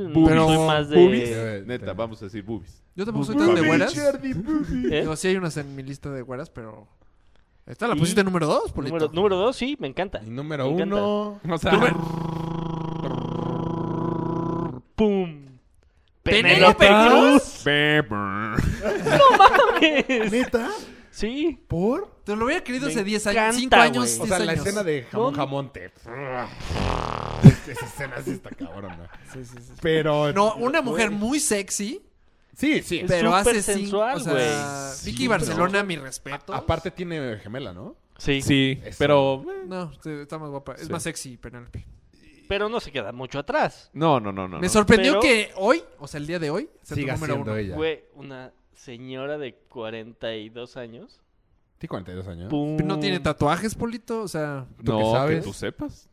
S2: No,
S5: Boobies.
S2: soy más
S5: Boobies. Este.
S2: de...
S5: Eh, Neta, vamos a decir boobies.
S4: Yo tampoco soy
S2: Pues,
S4: tan de güeras.
S2: ¿Eh?
S4: Digo, sí hay unas en mi lista de güeras, pero. Esta la
S2: Y-
S4: pusiste número 2, Polito.
S2: Número, número dos, sí, me encanta.
S3: Y número
S2: Me encanta.
S3: uno...
S5: O sea,
S2: ¡Pum!
S4: ¡Penélope
S2: ¡Penélope Cruz!
S3: ¿Neta?
S2: Sí.
S3: ¿Por?
S4: Te lo hubiera querido
S2: Me
S4: hace 10 años,
S2: encanta,
S4: 5 años,
S2: güey.
S3: O
S4: 10
S3: sea, la
S4: años.
S3: escena de jamón
S2: No.
S3: jamón te... Esa escena sí está cabrona.
S4: Sí, sí, sí.
S3: Pero...
S4: No, una mujer muy sexy,
S3: Sí, sí.
S2: Es
S4: pero
S2: súper
S4: hace cinco-
S2: sensual,
S4: o sea,
S2: güey.
S4: Vicky
S5: Sí,
S4: Barcelona, mi respeto.
S3: Aparte tiene gemela, ¿no?
S2: Sí.
S5: Sí,
S3: Eso.
S5: pero.
S4: No, sí, está más guapa. Es
S5: Sí.
S4: más sexy, Penelope.
S2: Pero no se queda mucho atrás.
S5: No, no, no, no.
S4: Me
S5: no.
S4: sorprendió
S2: Pero-
S4: que hoy, o sea, el día de hoy, sea tu
S3: Siga
S4: número
S3: siendo
S4: 1.
S3: ella.
S2: Fue una señora de 42 años.
S3: Tiene 42 años.
S2: ¡Pum!
S4: No tiene tatuajes, Polito, o sea,
S3: ¿Tú
S5: no,
S3: qué
S5: que
S3: sabes?
S5: tú sepas.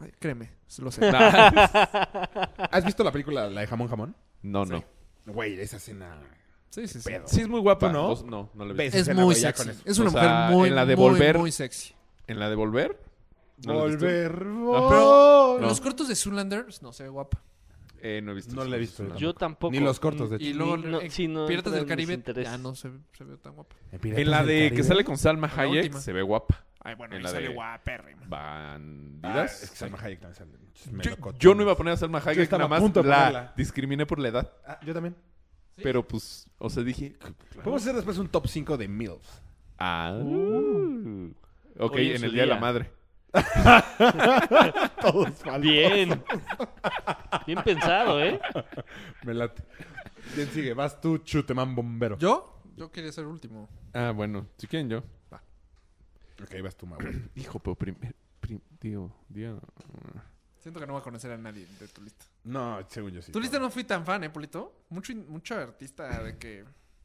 S4: ay, créeme, lo sé.
S5: Nah,
S3: ¿Has visto la película La de jamón jamón?
S5: No, no.
S3: Güey, esa escena...
S4: Sí, sí, sí.
S3: Pedo.
S5: Sí, es muy guapa,
S3: ¿Tú no?
S5: ¿no? No, no la he visto.
S3: Ves.
S4: Es
S3: escena,
S4: muy
S3: güey, ya
S4: sexy.
S3: con eso.
S4: Es una
S5: O
S4: mujer
S5: sea,
S4: muy,
S5: en la de
S4: muy,
S5: Volver-
S4: muy sexy.
S5: ¿En la de volver? ¿No la has visto?
S3: Volver,
S5: pero-
S4: Los cortos de Zoolander, no sé, guapa.
S5: Eh, no he visto.
S3: No
S5: eso,
S3: la he
S5: no
S3: visto,
S5: nada.
S2: Yo tampoco.
S3: Ni los cortos, de
S4: Y
S3: hecho.
S4: luego
S2: Ni- no,
S4: en
S2: sí, no,
S4: Piratas del
S2: no me
S4: Caribe
S2: interesa.
S4: ya no se, se ve tan guapa.
S5: En la de que sale con Salma
S4: La
S5: Hayek
S4: última.
S5: se ve guapa.
S4: Ay, bueno,
S5: En
S4: ahí
S5: la
S4: sale
S5: de-
S4: guapérrima.
S3: Ah,
S5: Bandidas.
S3: es que Salma Hayek también sale. muchos
S5: yo,
S3: melocotones.
S5: yo no iba a poner a Salma Hayek,
S3: estaba
S5: nada
S3: a
S5: más
S3: punto de
S5: la
S3: ponerla.
S5: discriminé por la edad.
S3: Ah, yo también.
S5: Pero pues, o sea, dije.
S3: Podemos hacer después un top 5 de MILFs.
S5: Ah. Ok,
S2: Hoy es
S5: en
S2: su
S5: el Uh. Día de la
S2: día.
S5: Madre.
S3: Todos falsos.
S2: Bien. Bien pensado, ¿eh?
S3: Me late. ¿Quién sigue? Vas tú, Chuteman Bombero.
S4: ¿Yo? Yo quería ser último.
S5: Ah, bueno, si quieren yo.
S3: Ok, vas tú, Mauro.
S5: Hijo, pero primero. digo, digo.
S4: Siento que no voy a conocer a nadie de tu lista.
S3: No, según yo sí.
S4: Tu lista no fui tan fan, ¿eh, Polito? Mucho, in- mucho artista de que...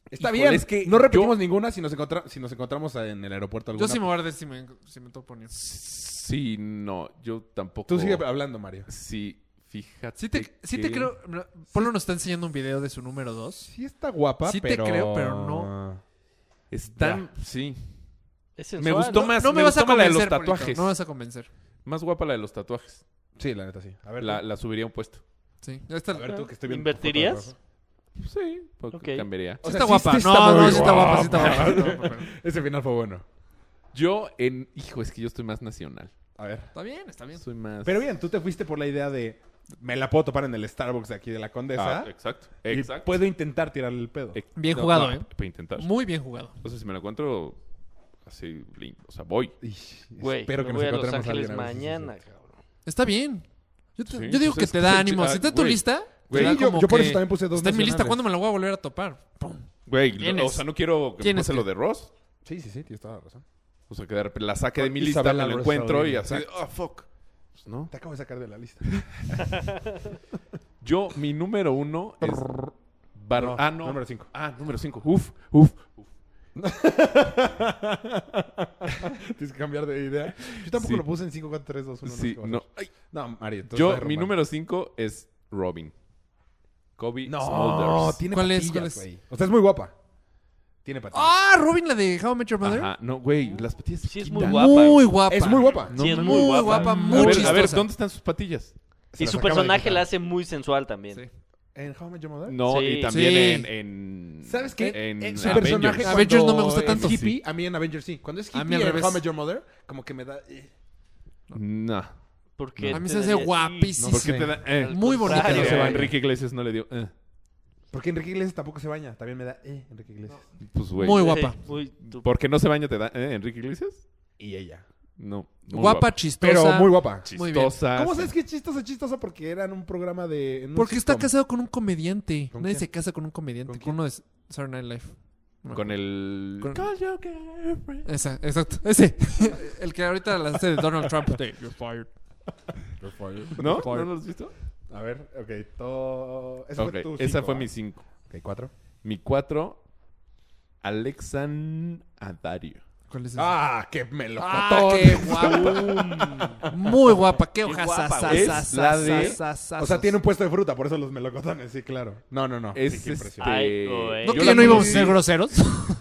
S3: Está
S5: Híjole,
S3: bien.
S5: es que
S3: no repetimos ninguna si nos, encontra- si nos encontramos en el aeropuerto
S5: Pues
S3: alguna.
S4: Yo sí me voy a arder si me, si me topo ni-
S5: Sí, no, yo tampoco.
S3: Tú sigue hablando, Mario.
S5: Sí, fíjate.
S4: Sí te, sí te
S5: que-
S4: creo... no, Polo nos está enseñando un video de su número 2.
S3: Sí está guapa,
S4: Sí te
S3: pero...
S4: creo, pero no.
S5: Es tan. Sí.
S2: Es
S5: Ah, Me
S2: sensual,
S5: gustó
S2: ¿no?
S5: más.
S4: No me, vas a
S5: gustó más la de
S4: convencer,
S5: los
S4: Polito,
S5: tatuajes.
S4: No me vas a convencer.
S5: Más guapa la de los tatuajes.
S3: Sí, la neta sí. A ver,
S5: La,
S3: tú.
S5: la subiría un puesto.
S4: Sí, ya está.
S3: A ver tú que estoy viendo. tu foto de
S2: ¿Invertirías?
S3: rojo.
S5: Sí, porque
S2: Ok.
S5: cambiaría.
S4: Sí
S3: O sea,
S4: está
S3: sí-
S4: guapa.
S3: sí está
S4: no,
S3: muy
S4: no, sí está guapa, sí está
S3: guapa.
S4: guapa. sí está guapa, pero-
S3: Ese final fue bueno.
S5: Yo en. Hijo, es que yo estoy más nacional.
S3: A ver.
S4: Está bien, está bien.
S5: Soy más.
S3: Pero bien, tú te fuiste por la idea de... Me la puedo topar en el Starbucks de aquí de la Condesa.
S5: Ah, exacto.
S3: y
S5: Exacto.
S3: puedo intentar tirarle el pedo.
S5: Ex-
S4: Bien jugado, ¿eh?
S5: Para intentar.
S4: Muy bien jugado.
S5: O sea, si me lo encuentro así, blin- o sea, voy.
S3: Ish,
S2: Güey,
S3: espero que
S2: me voy
S3: nos
S2: a Los
S3: encontremos a
S2: Ángeles
S3: alguien. a ver si sí es
S2: mañana,
S3: cierto.
S2: cabrón.
S4: Está bien. Yo, te-
S5: Sí,
S4: yo digo
S5: pues
S4: que
S5: es
S4: te
S5: que
S4: da
S5: se-
S4: ánimo.
S5: ah,
S4: Si está en tu
S5: güey.
S4: lista, te
S5: Güey,
S4: da
S3: yo-
S4: como
S3: yo por eso
S4: que
S3: también puse dos
S4: Está en mi lista.
S3: nacionales.
S4: ¿Cuándo me la voy a volver a topar? Pum.
S5: Güey,
S4: ¿Quién
S5: no- o
S4: es?
S5: sea, no quiero que
S4: ¿Quién
S5: me
S4: es
S5: pase lo de Ross.
S3: Sí, sí, sí, tienes toda la razón.
S5: O sea, que de repente la saque de mi
S3: Con
S5: lista,
S3: Isabella
S5: me la
S3: Ross
S5: encuentro y
S3: ahorita.
S5: así,
S3: Exacto.
S5: oh, fuck. Pues, no.
S3: Te acabo de sacar de la lista.
S5: Yo, mi número uno es... Bar-
S3: No,
S5: ah, no.
S3: número cinco.
S5: Ah, número cinco. Uf, uf.
S3: Tienes que cambiar de idea. Yo tampoco
S5: Sí.
S3: lo puse en 5, 4, 3, 2, 1.
S5: sí,
S3: sé qué
S5: no.
S3: vas a
S5: Ay,
S3: hacer. No, Mario. tú
S5: yo,
S3: estás
S5: mi
S3: romántico.
S5: número cinco es Robin. Kobe
S3: No,
S5: Smulders.
S3: tiene
S4: ¿Cuál es?
S3: patillas,
S4: ¿Cuál es?
S3: güey. O sea, es muy guapa. Tiene patillas.
S4: Ah, Robin, la de How I Met Your Mother.
S5: Ajá, no, güey, las patillas. se
S2: Sí, es
S5: quitan.
S2: muy guapa.
S4: Muy guapa.
S3: Es muy guapa.
S5: No
S2: sí, es
S5: mames.
S2: muy guapa.
S5: A
S4: muy
S5: ver, a ver,
S4: chistosa.
S5: ¿dónde están sus patillas?
S3: Se
S2: Y
S3: las
S2: su
S3: acaba de
S2: personaje
S3: quitar.
S2: la hace muy sensual también.
S4: Sí.
S3: ¿En How I Met Your Mother?
S5: No,
S2: Sí.
S5: y también
S4: Sí.
S5: en, en-
S3: ¿Sabes qué?
S5: En
S3: Eh,
S5: Avengers.
S4: cuando Avengers no me gusta
S3: es
S4: tanto.
S3: hippie,
S5: Sí.
S3: a mí en Avengers sí. Cuando es
S4: A
S3: hippie
S4: mí al
S3: en
S4: revés.
S3: How I Met Your Mother, como que me da... eh,
S5: No.
S2: Porque
S4: A mí
S2: te
S4: se hace
S2: daría-
S4: guapísima.
S5: ¿Por
S3: Sí.
S5: qué te da? eh?
S2: Al
S4: Muy bonita.
S5: Que no se
S2: contrario,
S5: va.
S2: güey.
S5: Enrique Iglesias no le dio. eh.
S3: Porque Enrique Iglesias tampoco se baña. También me da... Eh, Enrique Iglesias.
S5: Pues, güey.
S4: Muy
S2: Sí,
S4: guapa.
S2: muy- tu-
S5: ¿Por qué no se baña te da? eh, ¿Enrique Iglesias?
S3: Y ella.
S5: No. muy
S4: Guapa, chistosa.
S3: Pero muy guapa.
S4: Muy bien.
S5: Chistosa.
S3: ¿Cómo sabes que es chistosa, chistosa? Porque era en un programa de... en un
S4: Porque está
S3: sitcom.
S4: casado con un comediante.
S3: ¿Con
S4: Nadie
S3: quién?
S4: se casa con un comediante.
S3: ¿Con
S4: Con,
S3: quién?
S4: uno de Saturday Night Live. No.
S5: Con el.
S4: Con-
S5: Call your girlfriend.
S4: Esa, exacto. Ese. el que ahorita la hace de Donald Trump. De, You're fired.
S5: ¿No? ¿No lo has visto?
S3: A ver, ok. To... Esa
S5: Ok,
S3: fue tu
S5: esa
S3: cinco,
S4: ¿eh?
S5: fue
S3: ¿va?
S5: mi 5.
S3: Ok, cuatro.
S5: Mi 4, Alexan Adario.
S4: ¿Cuál es ese?
S3: ¡Ah, qué melocotón!
S4: Ah, qué guapa. Muy guapa. Qué hoja.
S2: guapa.
S4: sa, sa,
S5: Es
S4: sa,
S5: la
S4: sa,
S5: de-
S4: sa, sa,
S3: O
S4: sa.
S3: sea, tiene un puesto de fruta, por eso los melocotones, sí, claro. No, no, no.
S5: Es
S3: Sí, qué
S5: este.
S3: impresión. Ah,
S2: Ay, güey.
S4: ¿No
S5: yo
S4: que
S5: la
S4: ya no íbamos a
S5: conocí-
S4: ser groseros?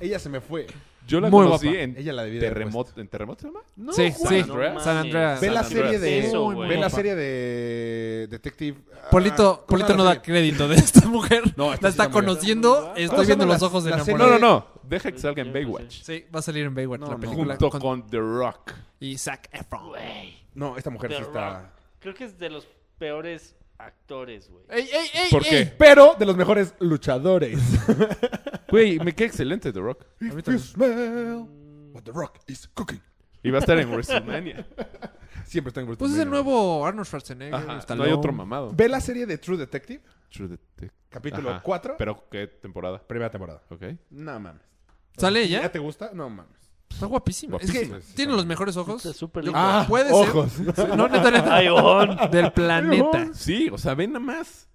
S3: Ella se me fue.
S5: Yo la
S4: Muy
S5: conocí
S4: guapa.
S5: en
S3: Ella la debía de haber
S5: Terremoto. ¿En Terremoto se llama?
S3: No,
S4: sí,
S3: güey.
S4: sí.
S2: No mames.
S4: San Andreas.
S3: Ve la
S4: San
S3: serie
S4: Andreas.
S3: de...
S2: Eso,
S4: Muy
S2: güey.
S3: ve la
S4: guapa.
S3: serie de Detective... ah,
S4: Polito,
S3: ¿cómo
S4: Polito
S3: se llama
S4: no
S3: la
S4: da
S3: serie?
S4: crédito de esta mujer.
S3: No, esta sí
S4: la
S3: está
S4: está
S3: muy
S4: conociendo. Estoy
S3: ¿Cómo se
S4: viendo
S3: llama
S4: los
S3: la-
S4: ojos de
S3: la serie?
S5: No,
S4: enamorado.
S5: no, no. Deja que salga en Baywatch.
S4: Sí, va a salir en Baywatch
S3: No,
S4: la
S3: no.
S4: película.
S5: Junto
S4: con-
S5: con The Rock.
S4: Y Zac Efron.
S2: Güey.
S3: No, esta mujer sí
S2: The
S3: está...
S2: Rock. Creo que es de los peores actores, güey.
S4: ¡Ey, ey, ey!
S5: ¿Por
S4: ey.
S5: qué?
S3: Pero de los mejores luchadores.
S5: Güey, me queda excelente The Rock.
S3: If you smell what the rock is cooking.
S5: Y va a estar en WrestleMania.
S3: Siempre está en
S4: Pues es
S3: WrestleMania.
S4: el nuevo Arnold Schwarzenegger.
S5: Ajá, no
S4: Stallone.
S5: hay otro mamado.
S3: Ve la serie de True Detective,
S5: True Detective.
S3: capítulo
S5: Ajá.
S3: 4,
S5: Pero qué temporada.
S3: primera temporada.
S5: Ok.
S3: No mames.
S4: ¿Sale
S3: ¿Ya?
S4: ella?
S3: te gusta? No mames.
S4: Está guapísima. Es que
S3: Guapísima, sí,
S4: tiene
S3: está
S4: los mejores ojos.
S2: Está súper
S4: Yo-
S2: linda.
S4: puede ser.
S3: ojos.
S4: No, neta, neta.
S2: Ay, on.
S4: Del planeta.
S5: Sí, o sea, ven nada más.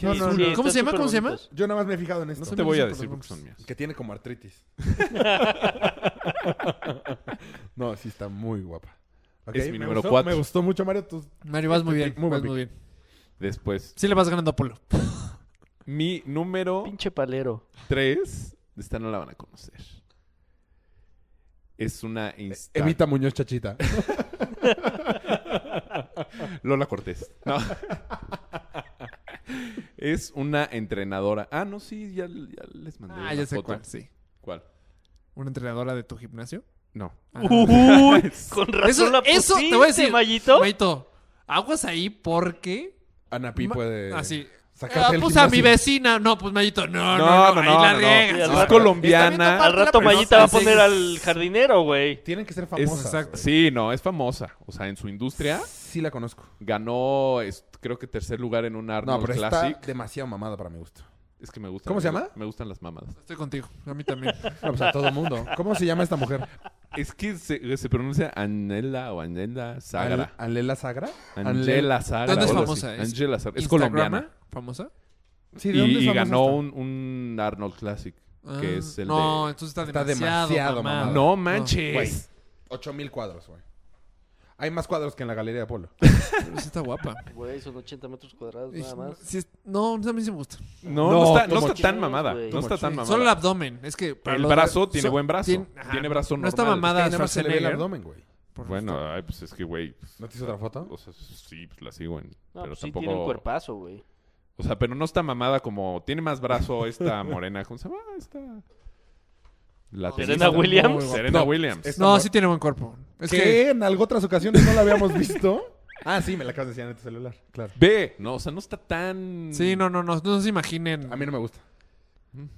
S3: No, no,
S2: Sí,
S3: no.
S4: ¿Cómo
S2: están
S4: se llama?
S2: súper
S4: ¿Cómo se llama?
S2: bonitos.
S3: Yo nada más me he fijado en esto.
S4: No sé.
S5: Te voy a
S4: Por
S5: decir
S4: los
S5: porque son mías.
S3: Que tiene como artritis. no, sí está muy guapa. Ok,
S5: Es mi
S3: me
S5: número
S3: gustó-
S5: cuatro.
S3: Me gustó mucho, Mario. eh, tus-
S4: Mario, vas muy bien.
S3: Muy
S4: vas
S3: buen
S4: muy bien.
S5: Después,
S4: Sí le vas ganando a Polo.
S5: mi número
S2: Pinche palero.
S5: 3. Esta no la van a conocer. es una
S4: Eh,
S5: insta-
S3: Evita Muñoz Chachita.
S5: Lola Cortés. No. es una entrenadora. Ah, no, sí, ya, ya les mandé.
S4: Ah,
S5: una
S4: ya sé
S5: foto.
S4: cuál, sí.
S5: ¿Cuál?
S4: ¿Una entrenadora de tu gimnasio?
S5: No.
S4: Ah.
S2: Uy, con razón
S4: Eso-
S2: Uh, la
S4: eso
S2: pusiste,
S4: te voy a decir.
S2: Mayito.
S4: Maito, aguas ahí porque...
S3: Ana Pi
S4: Ma-
S3: puede.
S4: Así.
S3: sacarte
S4: Ah,
S3: Eh, el
S4: pues a mi
S3: gimnasio.
S4: vecina. No, pues Mayito, no, no, no,
S5: pues
S4: ahí la riegas.
S2: Sí,
S5: Es
S2: al-
S5: colombiana.
S2: Al rato
S4: pero no
S2: Mayita va a
S4: sé si-
S2: poner al jardinero, güey.
S3: Tienen que ser
S5: Es-
S3: famosas.
S4: exacto.
S3: güey.
S5: Sí, no, es famosa. O sea, en su industria
S3: Sí la conozco.
S5: ganó, es- creo que tercer lugar en un
S3: No,
S5: Arnold
S3: pero
S5: Classic.
S3: está demasiado mamada para mi gusto.
S5: Es que me gusta.
S3: ¿Cómo se llama?
S5: Me gustan las mamadas.
S4: Estoy contigo, a mí también.
S3: No, pues a todo mundo. ¿Cómo se llama esta mujer?
S5: Es que se, se pronuncia Anela o Anela Sagra.
S3: An- ¿Anlela Sagra?
S5: Angela Sagra.
S4: ¿Dónde es
S5: o algo
S4: famosa?
S5: así.
S4: ¿Es
S5: Angela Sagra. Es
S4: Instagramer,
S5: colombiana.
S4: ¿Famosa?
S3: Anle- Sí,
S5: Y,
S3: ¿de dónde es
S5: y
S3: famosa
S5: ganó
S3: esta?
S5: un, un Arnold Classic,
S4: Ah,
S5: que es el
S4: no,
S5: de...
S4: entonces está,
S3: Está
S4: demasiado,
S3: demasiado
S4: mamada.
S3: mamada.
S5: No manches.
S3: Güey, 8000 cuadros, güey. Hay más cuadros que en la Galería de Polo.
S4: Pero sí está guapa.
S2: Güey, son 80 metros cuadrados
S4: Es-
S2: Pues nada más.
S4: sí es- no, a mí sí me gusta.
S5: No, no,
S3: No,
S5: está, no
S3: too
S5: está
S2: much.
S5: tan mamada.
S2: Güey.
S5: No
S3: Too
S5: está
S3: much.
S5: tan
S3: Sí,
S5: mamada.
S4: Solo el abdomen. Es que para
S5: El
S4: los-
S5: brazo tiene
S4: so-
S5: buen brazo.
S4: tiene-
S5: Tiene,
S4: ajá,
S5: brazo
S4: No
S5: normal.
S4: está mamada
S3: Nada más se le ve el
S4: Schwarzenegger.
S3: abdomen, güey.
S4: por supuesto.
S5: Bueno, ay, pues es que, güey...
S3: ¿No te hizo otra foto?
S5: O sea, sí, pues la sigo en...
S2: No,
S5: pero
S2: pues sí
S5: tampoco...
S2: tiene un cuerpazo, güey.
S5: O sea, pero no está mamada como... Tiene más brazo esta morena. ¿Cómo se llama? Ah, Esta... La
S2: Serena
S5: tenista.
S2: Williams.
S5: Serena
S3: No,
S5: Williams.
S3: es-
S4: No, sí tiene buen cuerpo. Es
S3: ¿Qué?
S4: que
S3: En algo otras ocasiones no la habíamos visto. ah, sí, me la acabas de enseñar en tu celular. Claro.
S5: Ve. No, o sea, no está tan...
S4: sí, no, no, no, no se imaginen.
S3: A mí no me gusta.
S5: Bueno.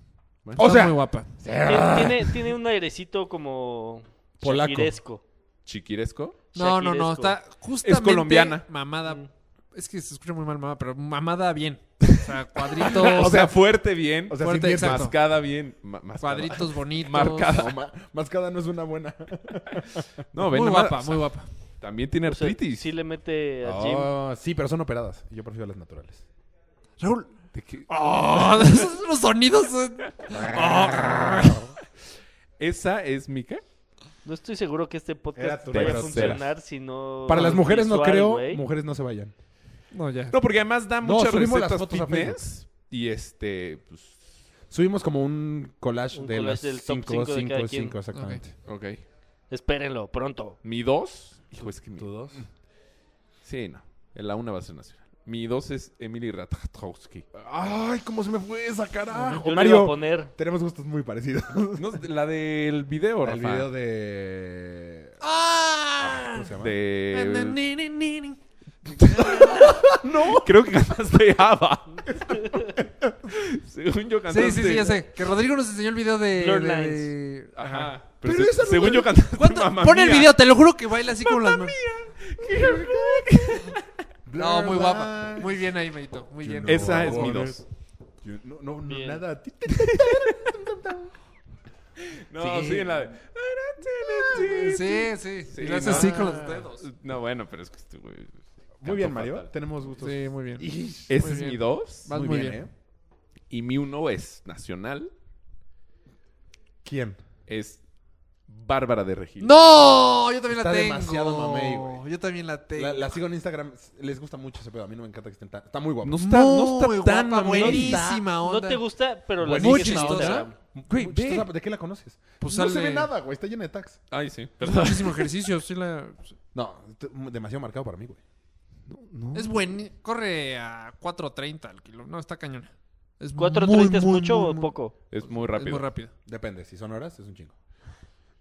S3: O
S4: Está
S3: sea,
S4: muy guapa.
S2: Tiene, tiene, tiene un airecito como...
S3: Ah. Polaco.
S2: shakiresco.
S5: Chiquiresco.
S4: No, no, no,
S2: Shakiresco.
S4: está justamente
S5: Es colombiana.
S4: Mamada.
S2: Mm.
S4: Es que se escucha muy mal mamada, pero mamada bien. O sea, cuadritos,
S5: O sea, fuerte bien.
S3: O sea,
S4: Fuerte,
S3: sin
S4: exacto.
S3: mierda.
S5: mascada bien. ma- mascada.
S4: cuadritos bonitos.
S5: Marcada.
S3: No, ma- mascada no es una buena.
S5: No, ven
S4: Muy
S5: nomás,
S4: guapa,
S5: o sea,
S4: muy guapa.
S5: También tiene
S2: O sea,
S5: artritis.
S2: sí le mete al gym.
S3: Ah, sí, pero son operadas. Yo prefiero las naturales.
S4: Raúl.
S5: ¿De qué?
S4: Oh, esos- los sonidos. eh.
S5: ¿Esa es Mika?
S2: No estoy seguro que este
S3: Era
S2: podcast
S3: tu
S2: vaya a
S3: grosera.
S2: funcionar si no...
S3: Para las mujeres no
S2: visual,
S3: creo,
S2: güey.
S3: mujeres no se vayan.
S4: No, ya.
S5: No, porque además da
S3: No,
S5: muchas
S3: subimos
S5: recetas
S3: las fotos a
S5: fitness. Y este, pues,
S3: Subimos como un collage
S2: Un
S3: de
S2: collage
S3: las
S2: del top cinco de
S3: 5,
S2: cada
S3: 5,
S2: quien.
S3: 5, exactamente.
S5: ok.
S2: Espérenlo, pronto.
S5: Mi 2. Hijo, es que mi...
S3: ¿Tú dos?
S5: Sí, no. La una va a ser nacional. Mi 2 es Emily Ratajkowski.
S3: Ay, cómo se me fue esa
S2: Yo le iba
S3: carajo.
S2: a
S3: Ah, Mario,
S2: poner...
S3: tenemos gustos muy parecidos.
S5: No, la del video,
S3: El
S5: Rafa.
S3: video de...
S4: ¡Ah!
S3: ¿Cómo se llama?
S5: De...
S4: Ni, ni, ni, ni.
S5: No. Creo que cantaste Ava. Según yo cantaste...
S4: Sí, sí, sí, ya sé. Que Rodrigo nos enseñó el video de.
S2: Blur
S4: de-
S2: Lines.
S5: Ajá.
S3: Pero
S5: Pero, se-
S3: esa no
S5: según
S3: es-
S5: yo cantaste
S4: ¿Cuánto?
S5: Mamma
S4: Pon el
S5: Mía.
S4: video, te lo juro que baila así con las manos. No, muy guapa. Muy bien ahí, Meito. Muy bien.
S3: No,
S5: Esa es
S3: por
S5: mi
S3: favor.
S5: 2.
S3: Yo- No, no, no,
S2: Bien.
S3: nada.
S5: No, sí, en la de...
S4: Sí, sí.
S5: Sí,
S4: y lo hace
S5: no.
S4: así con los dedos.
S5: No, bueno, pero es que este güey.
S3: Muy bien,
S5: cantó
S3: Mario.
S5: fatal.
S3: Tenemos gustos.
S4: Sí, muy bien.
S3: Ish.
S5: Ese
S4: Muy
S5: es
S4: bien.
S5: mi 2.
S4: Vas muy bien.
S3: ¿eh?
S5: Y mi 1 es nacional.
S3: ¿Quién?
S5: Es Bárbara de Regil.
S4: ¡No! Yo también la
S3: Está
S4: tengo.
S3: demasiado mamey, güey.
S4: Yo también la tengo.
S3: La, la sigo en Instagram. Les gusta mucho ese pedo. A mí no me encanta que estén tan... Está muy guapo.
S5: No está, no
S4: Muy
S5: está tan
S4: guapa,
S5: mamey.
S4: buenísima onda.
S2: No te gusta, pero la
S3: Buenísima
S2: sigues en
S4: onda.
S2: Instagram.
S5: Güey,
S3: Mucho
S5: ve.
S3: está- ¿De qué la conoces?
S4: Pues
S3: no se
S4: sale-
S3: ve nada, güey. Está llena de tags.
S5: Ay, sí.
S4: Es
S5: Perdón.
S4: muchísimo ejercicio. Sí la...
S3: No, t- demasiado marcado para mí, güey.
S4: Es buen. Corre a 4.30 al kilo. No, está cañona. Es muy,
S2: 4.30 es
S4: muy,
S2: mucho
S4: muy,
S2: o
S4: muy-
S2: poco.
S5: Es muy
S4: Es
S5: rápido.
S4: muy rápido.
S3: Depende, si son horas es un chingo.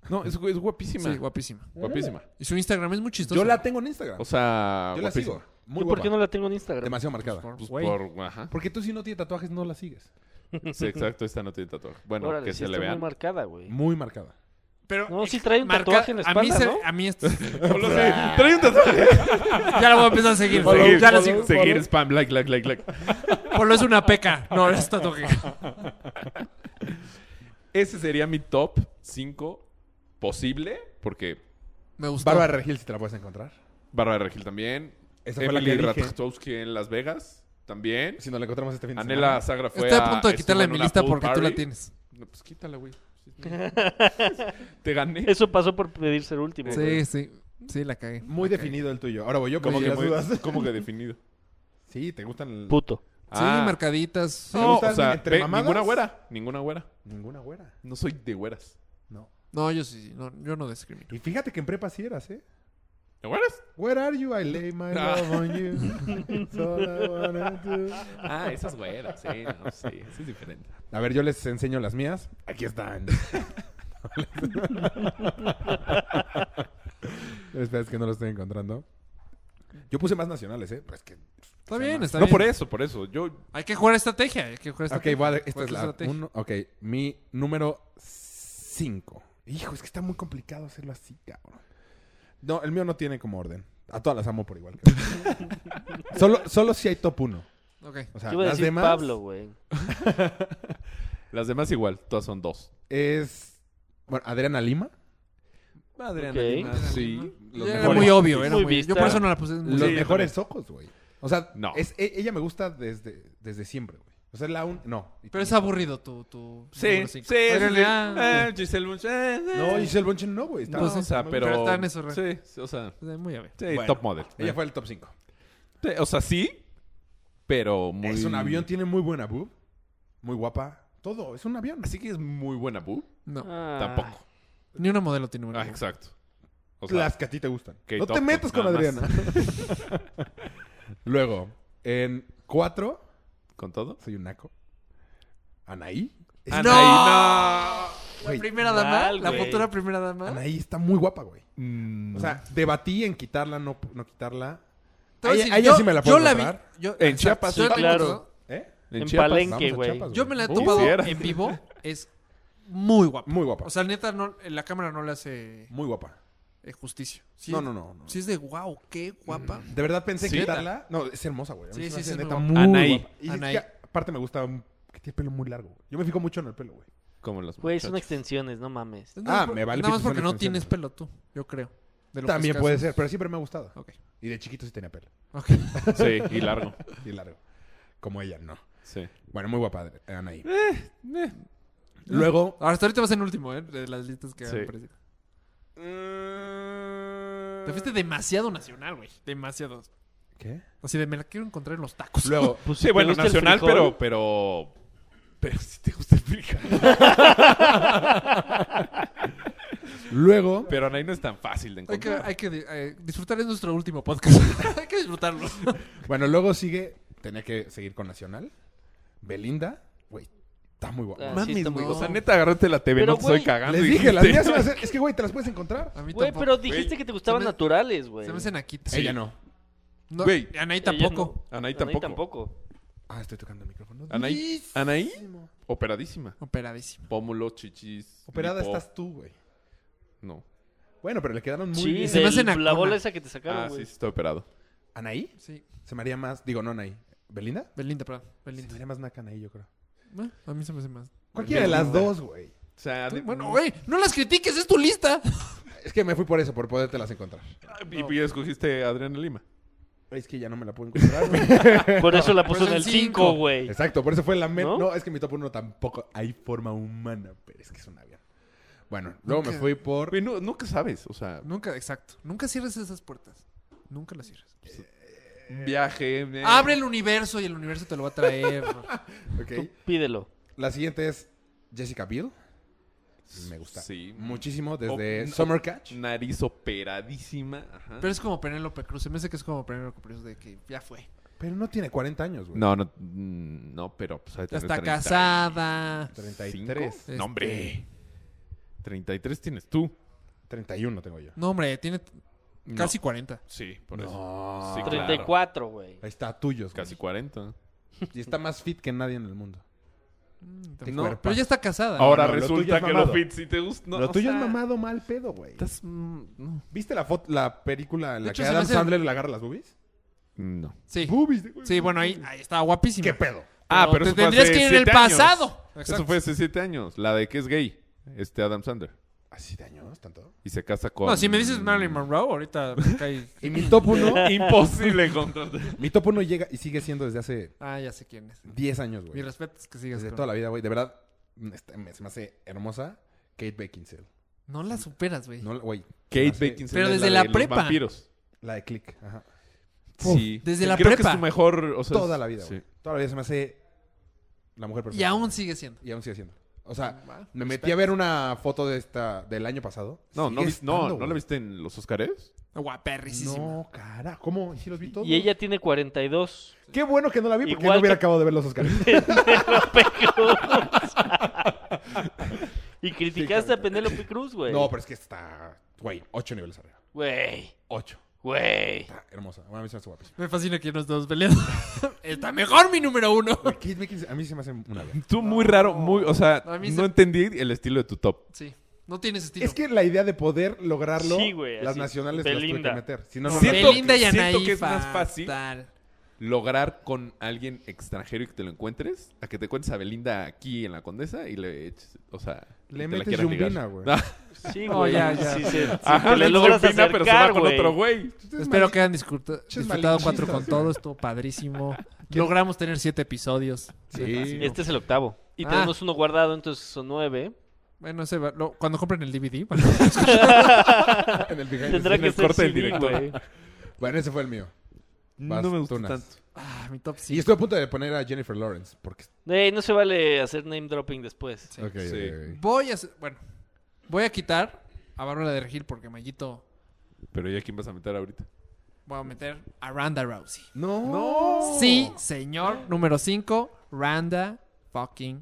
S5: No, es, es guapísima.
S4: Sí, guapísima.
S5: guapísima.
S4: Y su Instagram es muy chistoso.
S3: Yo la tengo en Instagram.
S5: O sea,
S3: Yo la
S5: guapísima.
S3: sigo.
S2: ¿Y
S3: Muy
S2: por qué
S3: guapa.
S2: no la tengo en Instagram?
S3: Demasiado marcada.
S5: Pues
S4: Güey.
S5: por, ajá.
S3: Porque tú si no tienes tatuajes no la sigues.
S5: Sí, exacto, esta no tiene tatuaje. Bueno,
S2: Órale,
S5: que
S2: sí
S5: se
S2: está
S5: le vean.
S2: muy marcada, güey.
S3: Muy marcada.
S4: Pero eh,
S2: No, sí trae un
S4: marca-
S2: tatuaje en la
S4: a mí,
S2: espalda,
S4: se-
S2: ¿no?
S4: a mí esto-
S5: No lo sé. Trae un tatuaje.
S4: ya la voy a empezar a seguir.
S5: Seguir,
S4: ya la
S5: seguir,
S4: sigo.
S5: seguir, spam, like, like, like, like.
S4: Polo es una peca. No, es tatuaje.
S5: Ese sería mi top 5 posible, porque
S4: Me gustó.
S3: Bárbara Regil si te la puedes encontrar.
S5: Bárbara Regil también.
S3: Esa fue la
S5: Emily
S3: que dije.
S5: Ratajkowski en Las Vegas también.
S3: Si nos la encontramos este fin de
S5: Anela
S3: semana.
S5: Sagra fue
S4: Estoy a punto de
S5: estuvo
S4: quitarla de
S5: en
S4: mi
S5: una
S4: lista
S5: pool
S4: porque tú
S5: party.
S4: la tienes.
S5: No, pues quítala, güey. Te gané.
S2: Eso pasó por pedir ser último. güey.
S4: Sí, sí. Sí, la cagué.
S3: Muy definido el tuyo. Ahora voy yo con
S5: Como que,
S3: las
S5: muy-
S3: dudas.
S5: como que definido. Ah,
S3: Sí, te gustan el-
S2: Puto.
S4: Sí,
S2: Ah.
S4: marcaditas.
S5: No, o
S3: gustan
S5: sea,
S3: entre
S5: ve,
S3: mamadas?
S5: ninguna güera. Ninguna güera.
S3: Ninguna güera.
S5: No soy de güeras.
S3: No.
S4: No, yo sí, sí, no, yo no discrimino.
S3: Y fíjate que en prepa sí eras, ¿eh?
S5: ¿Te acuerdas?
S3: Where are you? I lay my
S5: Ah.
S3: love on you. It's all I wanna do.
S5: Ah, esas güeras, sí, no, sí, eso es diferente.
S3: A ver, yo les enseño las mías. Aquí están. Espera, es que no lo estoy encontrando. Yo puse más nacionales, ¿eh? Pero es que...
S4: Está bien, está
S5: no,
S4: bien.
S5: por eso, por eso. Yo,
S4: Hay que jugar estrategia, hay que jugar
S3: Ok,
S4: estrategia.
S3: voy a de- esta
S4: ¿Cuál
S3: es la...
S4: estrategia?
S3: uno- ok, mi número 5. Hijo, es que está muy complicado hacerlo así, cabrón. No, el mío no tiene como orden. A todas las amo por igual. cabrón. solo, solo si hay top 1.
S4: Ok.
S3: O sea,
S2: Yo iba a
S3: las
S2: decir
S3: demás
S2: Pablo, güey.
S5: las demás igual, todas son dos.
S3: es... Bueno, Adriana Lima.
S5: Adriana
S2: Ok.
S5: Lima, Sí.
S3: Los
S4: era
S3: mejores.
S4: muy obvio, era
S2: Muy
S4: muy, Yo
S2: vista.
S4: por eso no la puse. en
S3: Los
S5: Sí,
S4: música.
S3: mejores ojos, güey. O sea,
S5: No.
S3: es- e- ella me gusta desde, desde siempre, güey. O sea, es la un... No.
S4: Pero es aburrido tu, tu
S5: Sí,
S4: número
S5: sí,
S4: cinco.
S5: sí.
S4: Adriana,
S5: sí.
S4: ah,
S5: Ah, Giselle Bunch, eh,
S3: No,
S5: eh.
S3: Giselle Bonchen no, güey. Está-
S5: No,
S4: Pues
S5: o sea,
S4: sí,
S5: pero...
S4: pero está en esos
S5: Sí, sí, o sea,
S4: sí, Muy obvio.
S5: sí,
S3: Bueno,
S5: top model.
S3: Ella fue el top 5.
S5: Sí, O sea, sí, pero muy...
S3: Es un avión, tiene muy buena boob. Muy guapa. Todo, es un avión.
S5: Así que es muy buena, Bu.
S2: Ah.
S4: No.
S5: Ah. Tampoco.
S4: Ni una modelo tiene una.
S5: Ah, exacto. O sea,
S3: las que a ti te gustan.
S5: que
S3: No te
S5: top,
S3: metas con
S5: nada más.
S3: Adriana. Luego, en 4,
S5: ¿Con todo?
S3: soy un naco. Anaí. Es-
S5: Ana-
S4: La
S3: Güey, Ah,
S4: primera dama,
S2: mal,
S4: la
S2: güey.
S4: futura primera dama.
S3: Anaí está muy guapa, güey.
S5: Mm,
S3: O sea, debatí en quitarla, no, no quitarla.
S4: Te voy a
S3: Ahí-
S4: decir,
S3: ahí
S4: yo-
S3: sí me la
S4: yo
S3: puedo
S4: la vi,
S3: comprar.
S4: yo-
S5: En
S4: exacto,
S5: Chiapas,
S4: yo
S5: sí,
S4: la vi-
S2: claro.
S3: ¿Eh?
S5: en
S2: en
S5: Chiapas.
S2: Palenque.
S3: Vamos a
S2: güey.
S3: Chiapas,
S4: Yo me la he
S5: Uh,
S4: topado
S5: quisiera.
S4: en vivo. Es muy guapa.
S3: Muy guapa.
S4: O sea, neta, no, la cámara no le hace
S3: muy guapa.
S4: eh, justicia. Sí,
S3: No, no, no. no.
S4: Sí es de wow, qué guapa.
S3: De verdad pensé
S5: Sí.
S3: quitarla. No, es hermosa, güey. A mí
S4: Sí,
S3: se me
S4: sí,
S3: hace
S4: sí, es
S3: neta
S4: muy
S3: muy
S5: Anaí.
S3: guapa. Y es
S4: Anaí.
S3: que aparte me gusta mm, que tiene pelo muy largo. güey. Yo me fijo mucho en el pelo, güey.
S5: Como los
S2: Güey, son
S5: muchachos.
S2: extensiones, no mames.
S3: Ah, me vale
S4: Nada
S3: pito
S4: más
S3: si son
S4: porque Pues no
S3: extensiones.
S4: tienes pelo tú, yo creo. de lo que
S3: También
S4: escaso.
S3: puede ser, pero siempre me ha gustado.
S4: Ok.
S3: Y de chiquito sí tenía pelo.
S4: Ok.
S5: Sí, y largo.
S3: Y largo. Como ella, no.
S5: Sí.
S3: Bueno, muy guapa Adri- Anaí. Luego...
S4: Ahora, hasta ahorita vas en último, ¿eh? De las listas que
S5: Sí.
S4: han aparecido.
S5: Mm.
S4: Te fuiste demasiado nacional, güey. Demasiado.
S3: ¿Qué?
S4: Así de me la quiero encontrar en los tacos.
S3: Luego...
S2: Pues,
S5: Sí,
S2: ¿te
S5: bueno,
S2: gusta el
S5: nacional,
S2: frijol?
S5: pero, pero... Pero si te gusta el frijol.
S3: luego...
S5: Pero Anaí no es tan fácil de
S4: Hay que,
S5: encontrar.
S4: hay que eh, disfrutar es nuestro último podcast. hay que disfrutarlo.
S3: Bueno, luego sigue... Tenía que seguir con Nacional. Belinda. Güey, está muy guapa.
S2: Ah,
S5: Mames,
S2: sí, está
S5: güey.
S2: muy
S5: O sea,
S4: guapa.
S5: neta, agárrate la TV,
S2: Pero,
S5: no te estoy
S2: güey,
S5: cagando.
S3: Les
S5: y
S3: dije, las
S5: dijiste-
S3: mías se me hacen- Es que, güey, te las puedes encontrar.
S4: A mí
S2: Güey,
S4: tampoco.
S2: pero dijiste
S5: Güey,
S2: que te gustaban
S4: se me-
S2: naturales, güey.
S4: Se me hacen aquí.
S5: Sí.
S3: Ella no.
S4: No,
S5: Güey.
S4: y Anaí
S2: Ella
S4: tampoco.
S5: Anaí
S2: A mí
S5: tampoco.
S2: tampoco.
S3: Ah, estoy tocando el micrófono.
S5: Anaí, Anaí, operadísima.
S4: Operadísima.
S5: Pómulo, chichis.
S3: Operada
S5: lipo.
S3: estás tú, güey.
S5: No.
S3: Bueno, pero le quedaron muy
S2: Sí,
S3: bien.
S4: se me
S2: del-
S4: hacen
S2: la
S4: acona.
S2: bola esa que te sacaron,
S5: ah, sí,
S2: güey.
S5: sí, estoy operado.
S3: ¿Anaí?
S4: Sí.
S3: Se me haría más... Digo, no Anaí. ¿Belinda?
S4: Belinda, perdón.
S3: Se me
S4: Belinda.
S3: haría más naca Anaí, yo creo.
S4: Eh, a mí se me hace más.
S3: Cualquiera de las dos, güey.
S5: O sea, de-
S4: Bueno, güey, no las critiques, es tu lista.
S3: Es que me fui por eso, por podértelas encontrar.
S5: Y, y escogiste a Adriana Lima.
S3: Es que ya no me la puedo encontrar, güey.
S2: Por eso la
S4: Por
S2: puso en
S4: eso
S2: el 5,
S4: el cinco.
S2: güey.
S3: Exacto, por eso fue la menos.
S2: ¿No?
S3: ¿No? es que mi top 1 tampoco hay forma humana, pero es que es un avión. Bueno, luego me
S4: Ok.
S3: fui por.
S5: Güey, no, nunca sabes. O sea,
S4: Nunca, exacto. Nunca cierres esas puertas. Nunca las cierres.
S5: viaje. eh.
S4: Abre el universo y el universo te lo va a traer.
S3: Ok.
S2: Tú pídelo.
S5: Ah,
S3: La siguiente es Jessica Biel. Me gusta.
S5: Sí.
S3: Muchísimo desde
S5: O-
S3: Summer Catch.
S5: oh, Nariz operadísima. Ajá.
S4: Pero es como Penélope Cruz. Se me hace que es como Penélope Cruz de que ya fue.
S3: Pero no tiene 40 años, güey.
S5: No, no, mm, no, pero pues, ha de
S4: Ya
S5: tener
S4: está
S5: 30 y-
S4: casada. este.
S3: 33.
S5: ¿Cinco? No, hombre. 33 tienes tú.
S3: 31 tengo yo.
S4: No, hombre, tiene casi 40.
S5: Sí, por eso.
S3: No.
S5: Sí, claro.
S2: 34, güey.
S3: Ah. Ahí está, tuyos. güey.
S5: pues, Casi 40.
S3: Y está más fit que nadie en el mundo.
S4: Mm,
S3: Qué
S4: no,
S3: cuerpazo.
S4: pero ya está casada.
S5: Ahora
S3: Ah, no, lo tuyo
S5: resulta
S3: es
S5: que
S3: mamado.
S5: lo fit si te gusta. No,
S3: Lo
S5: o
S3: tuyo
S5: sea,
S3: es mamado mal pedo, güey.
S5: Estás. mm, No.
S3: ¿Viste la foto, la película en la
S4: De hecho,
S3: que
S4: se me
S3: Adam
S4: hace-
S3: Sandler le agarra las boobies?
S5: No.
S4: Sí.
S3: Boobies.
S4: Sí, bueno, ahí, ahí estaba guapísima.
S3: ¿Qué pedo?
S5: Ah, pero
S4: te
S5: eso fue
S4: tendrías
S5: hace
S4: que ir en el
S5: siete años.
S4: pasado.
S5: Eso fue hace 7 años. La de que es gay. Este Adam Sandler.
S3: ¿Así de años? ¿Tanto?
S5: Y se casa con.
S4: No, si me dices Marilyn Monroe, ahorita me cae.
S3: Y mi top 1,
S5: Imposible encontrar.
S3: mi top 1 llega y sigue siendo desde hace
S4: Ah, ya sé quién es.
S3: 10 años,
S4: Mi
S3: güey.
S4: respeto es que sigas.
S3: Desde
S4: con-
S3: toda la vida, güey. De verdad, mm, está- me- se me hace hermosa Kate Beckinsale.
S4: No la superas, güey.
S3: No, güey. se me
S5: Kate
S3: hace
S5: Beckinsale.
S4: Pero
S5: es
S4: desde la
S5: de los
S4: prepa.
S5: vampiros.
S3: La de Click, ajá.
S5: Sí.
S4: desde la
S5: Creo que
S4: prepa.
S5: es su mejor. O sea,
S3: Toda
S5: es-
S3: la vida, güey.
S5: sí.
S3: Toda la vida se me hace la mujer perfecta.
S4: Y aún sigue siendo.
S3: Y aún sigue siendo. O O sea, me metí a ver una foto de esta del año pasado.
S5: No, no,
S3: Sigue
S5: vis- no,
S3: estando,
S5: ¿no la
S3: güey.
S5: viste en los Oscars?
S4: Guaperricísima.
S3: No, cara, ¿cómo? ¿Y si los vi todos?
S2: Y ella tiene 42.
S3: Qué bueno que no la vi porque
S2: Igual
S3: no hubiera
S2: que-
S3: acabado de ver los Oscars.
S2: y criticaste a Penélope Cruz, güey.
S3: No, pero es que está, güey, ocho niveles arriba.
S2: Güey,
S3: Ocho.
S2: güey.
S3: Está hermosa. Bueno, a mí se me hace guapísima.
S4: Me fascina que nos estamos peleando. Está mejor mi número uno.
S3: Güey, Kate Beckinsale, a mí se me hace una verga.
S5: Tú muy raro, muy, o sea,
S4: A mí se-
S5: no entendí el estilo de tu top.
S4: Sí. No tienes estilo.
S3: Es que la idea de poder lograrlo,
S2: Sí, güey,
S3: las
S2: así.
S3: nacionales las tuve que
S2: Belinda.
S3: meter. Si no, no,
S5: No,
S3: no.
S5: siento-
S4: Belinda y
S5: siento
S4: Anaí.
S5: que es más fácil.
S4: fatal.
S5: Lograr con alguien extranjero y que te lo encuentres, a que te cuentes a Belinda aquí en la Condesa y le eches, o sea, y
S3: Le
S5: te la
S3: metes
S5: quieras ligar. Ah,
S3: yumbina, güey.
S5: No.
S2: Sí,
S4: No,
S2: güey.
S4: ya, ya.
S2: Si se- si
S5: Ajá,
S2: te le logras
S5: yumbina,
S2: acercar,
S5: pero se va con
S2: güey.
S5: otro güey.
S3: Ustedes
S4: Espero
S3: mani-
S4: que hayan discurta-
S3: Pinches
S4: disfrutado cuatro con
S3: malinchistas,
S4: todo. Estuvo padrísimo. Logramos tener siete episodios.
S3: Sí.
S4: Me fascinó.
S2: Este es el octavo. Y
S4: Ah.
S2: tenemos uno guardado, entonces son nueve.
S4: Bueno, ese va- lo- cuando compren el DVD. bueno.
S3: en el behind the
S2: Tendrá
S5: en
S2: que
S5: el
S2: ser
S5: corte del
S2: CD,
S5: director.
S2: güey.
S3: scenes. Bueno, ese fue el mío. Vas,
S5: no me gusta
S3: Tunas.
S5: tanto.
S4: ah, mi top
S3: Y
S4: 5.
S3: estoy a punto de poner a Jennifer Lawrence. Porque...
S2: Ey, no se vale hacer name dropping después.
S4: Sí.
S3: Ok,
S5: Sí.
S3: ok, ok.
S4: Voy a... hacer- Bueno, voy a quitar a Bárbara de Regil porque Mayito...
S5: Pero ya quién vas a meter ahorita.
S4: Voy a meter a Randa Rousey.
S3: No.
S4: Sí, señor. Número 5, Randa fucking.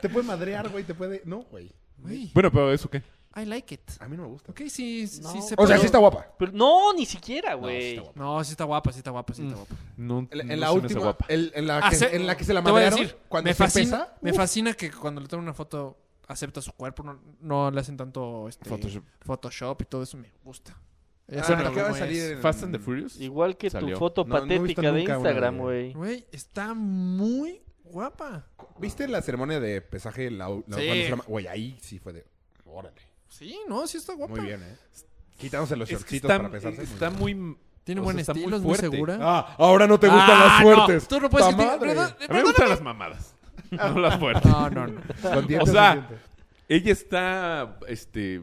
S3: Te puede madrear, güey. Te puede... No, güey.
S4: Güey,
S5: Bueno, pero eso qué.
S4: I like it.
S3: A mí no me gusta.
S4: Ok, sí, sí,
S2: No.
S4: sí
S3: O
S4: se
S3: sea,
S4: puede.
S3: sí está guapa.
S2: Pero no, ni siquiera,
S3: No, sí
S2: güey.
S3: está guapa.
S4: No, sí está guapa, sí está guapa,
S3: Mm.
S4: sí está guapa.
S5: No,
S3: En, en la
S5: no se me hace
S3: última,
S5: guapa.
S3: el- en, la
S4: Ah,
S3: que,
S4: se-
S3: en la que se la
S4: Te voy a
S3: madrearon,
S4: decir,
S3: cuando
S4: me,
S3: se
S4: fascina,
S3: pesa,
S4: me
S3: uf, ah,
S4: fascina que cuando le toman una foto acepta su cuerpo, no, no le hacen tanto este, Photoshop.
S5: Photoshop.
S4: y todo eso me gusta.
S3: ah,
S4: Eso no,
S3: acaba
S4: no
S3: de
S4: es.
S3: salir en-
S5: Fast and the Furious.
S2: Igual que
S5: Salió.
S2: tu foto
S3: No, no he visto
S2: patética de
S3: nunca una de
S2: Instagram,
S3: ella.
S2: güey.
S4: Güey, está muy guapa.
S3: ¿Viste la ceremonia de pesaje? La, la-
S4: Sí.
S3: cuando se la- Güey, ahí sí fue de... Órale.
S4: Sí, no, sí está guapa.
S3: Muy bien, ¿eh? Quitándose los
S5: Es que
S3: shortcitos
S5: está,
S3: para pesarse.
S5: está muy...
S4: Tiene
S5: o sea,
S4: buen
S5: está muy
S4: estilo, es muy
S5: fuerte.
S4: segura.
S3: Ah, ahora no te gustan
S4: Ah,
S3: las fuertes.
S4: No, tú no puedes
S3: ¡Ta
S4: decir-
S3: madre!
S4: perdón,
S5: A mí me
S4: perdón.
S5: gustan las mamadas. No las fuertes.
S4: No, no, no.
S3: Con dientes
S5: O sea,
S3: sin dientes.
S5: Ella está, este,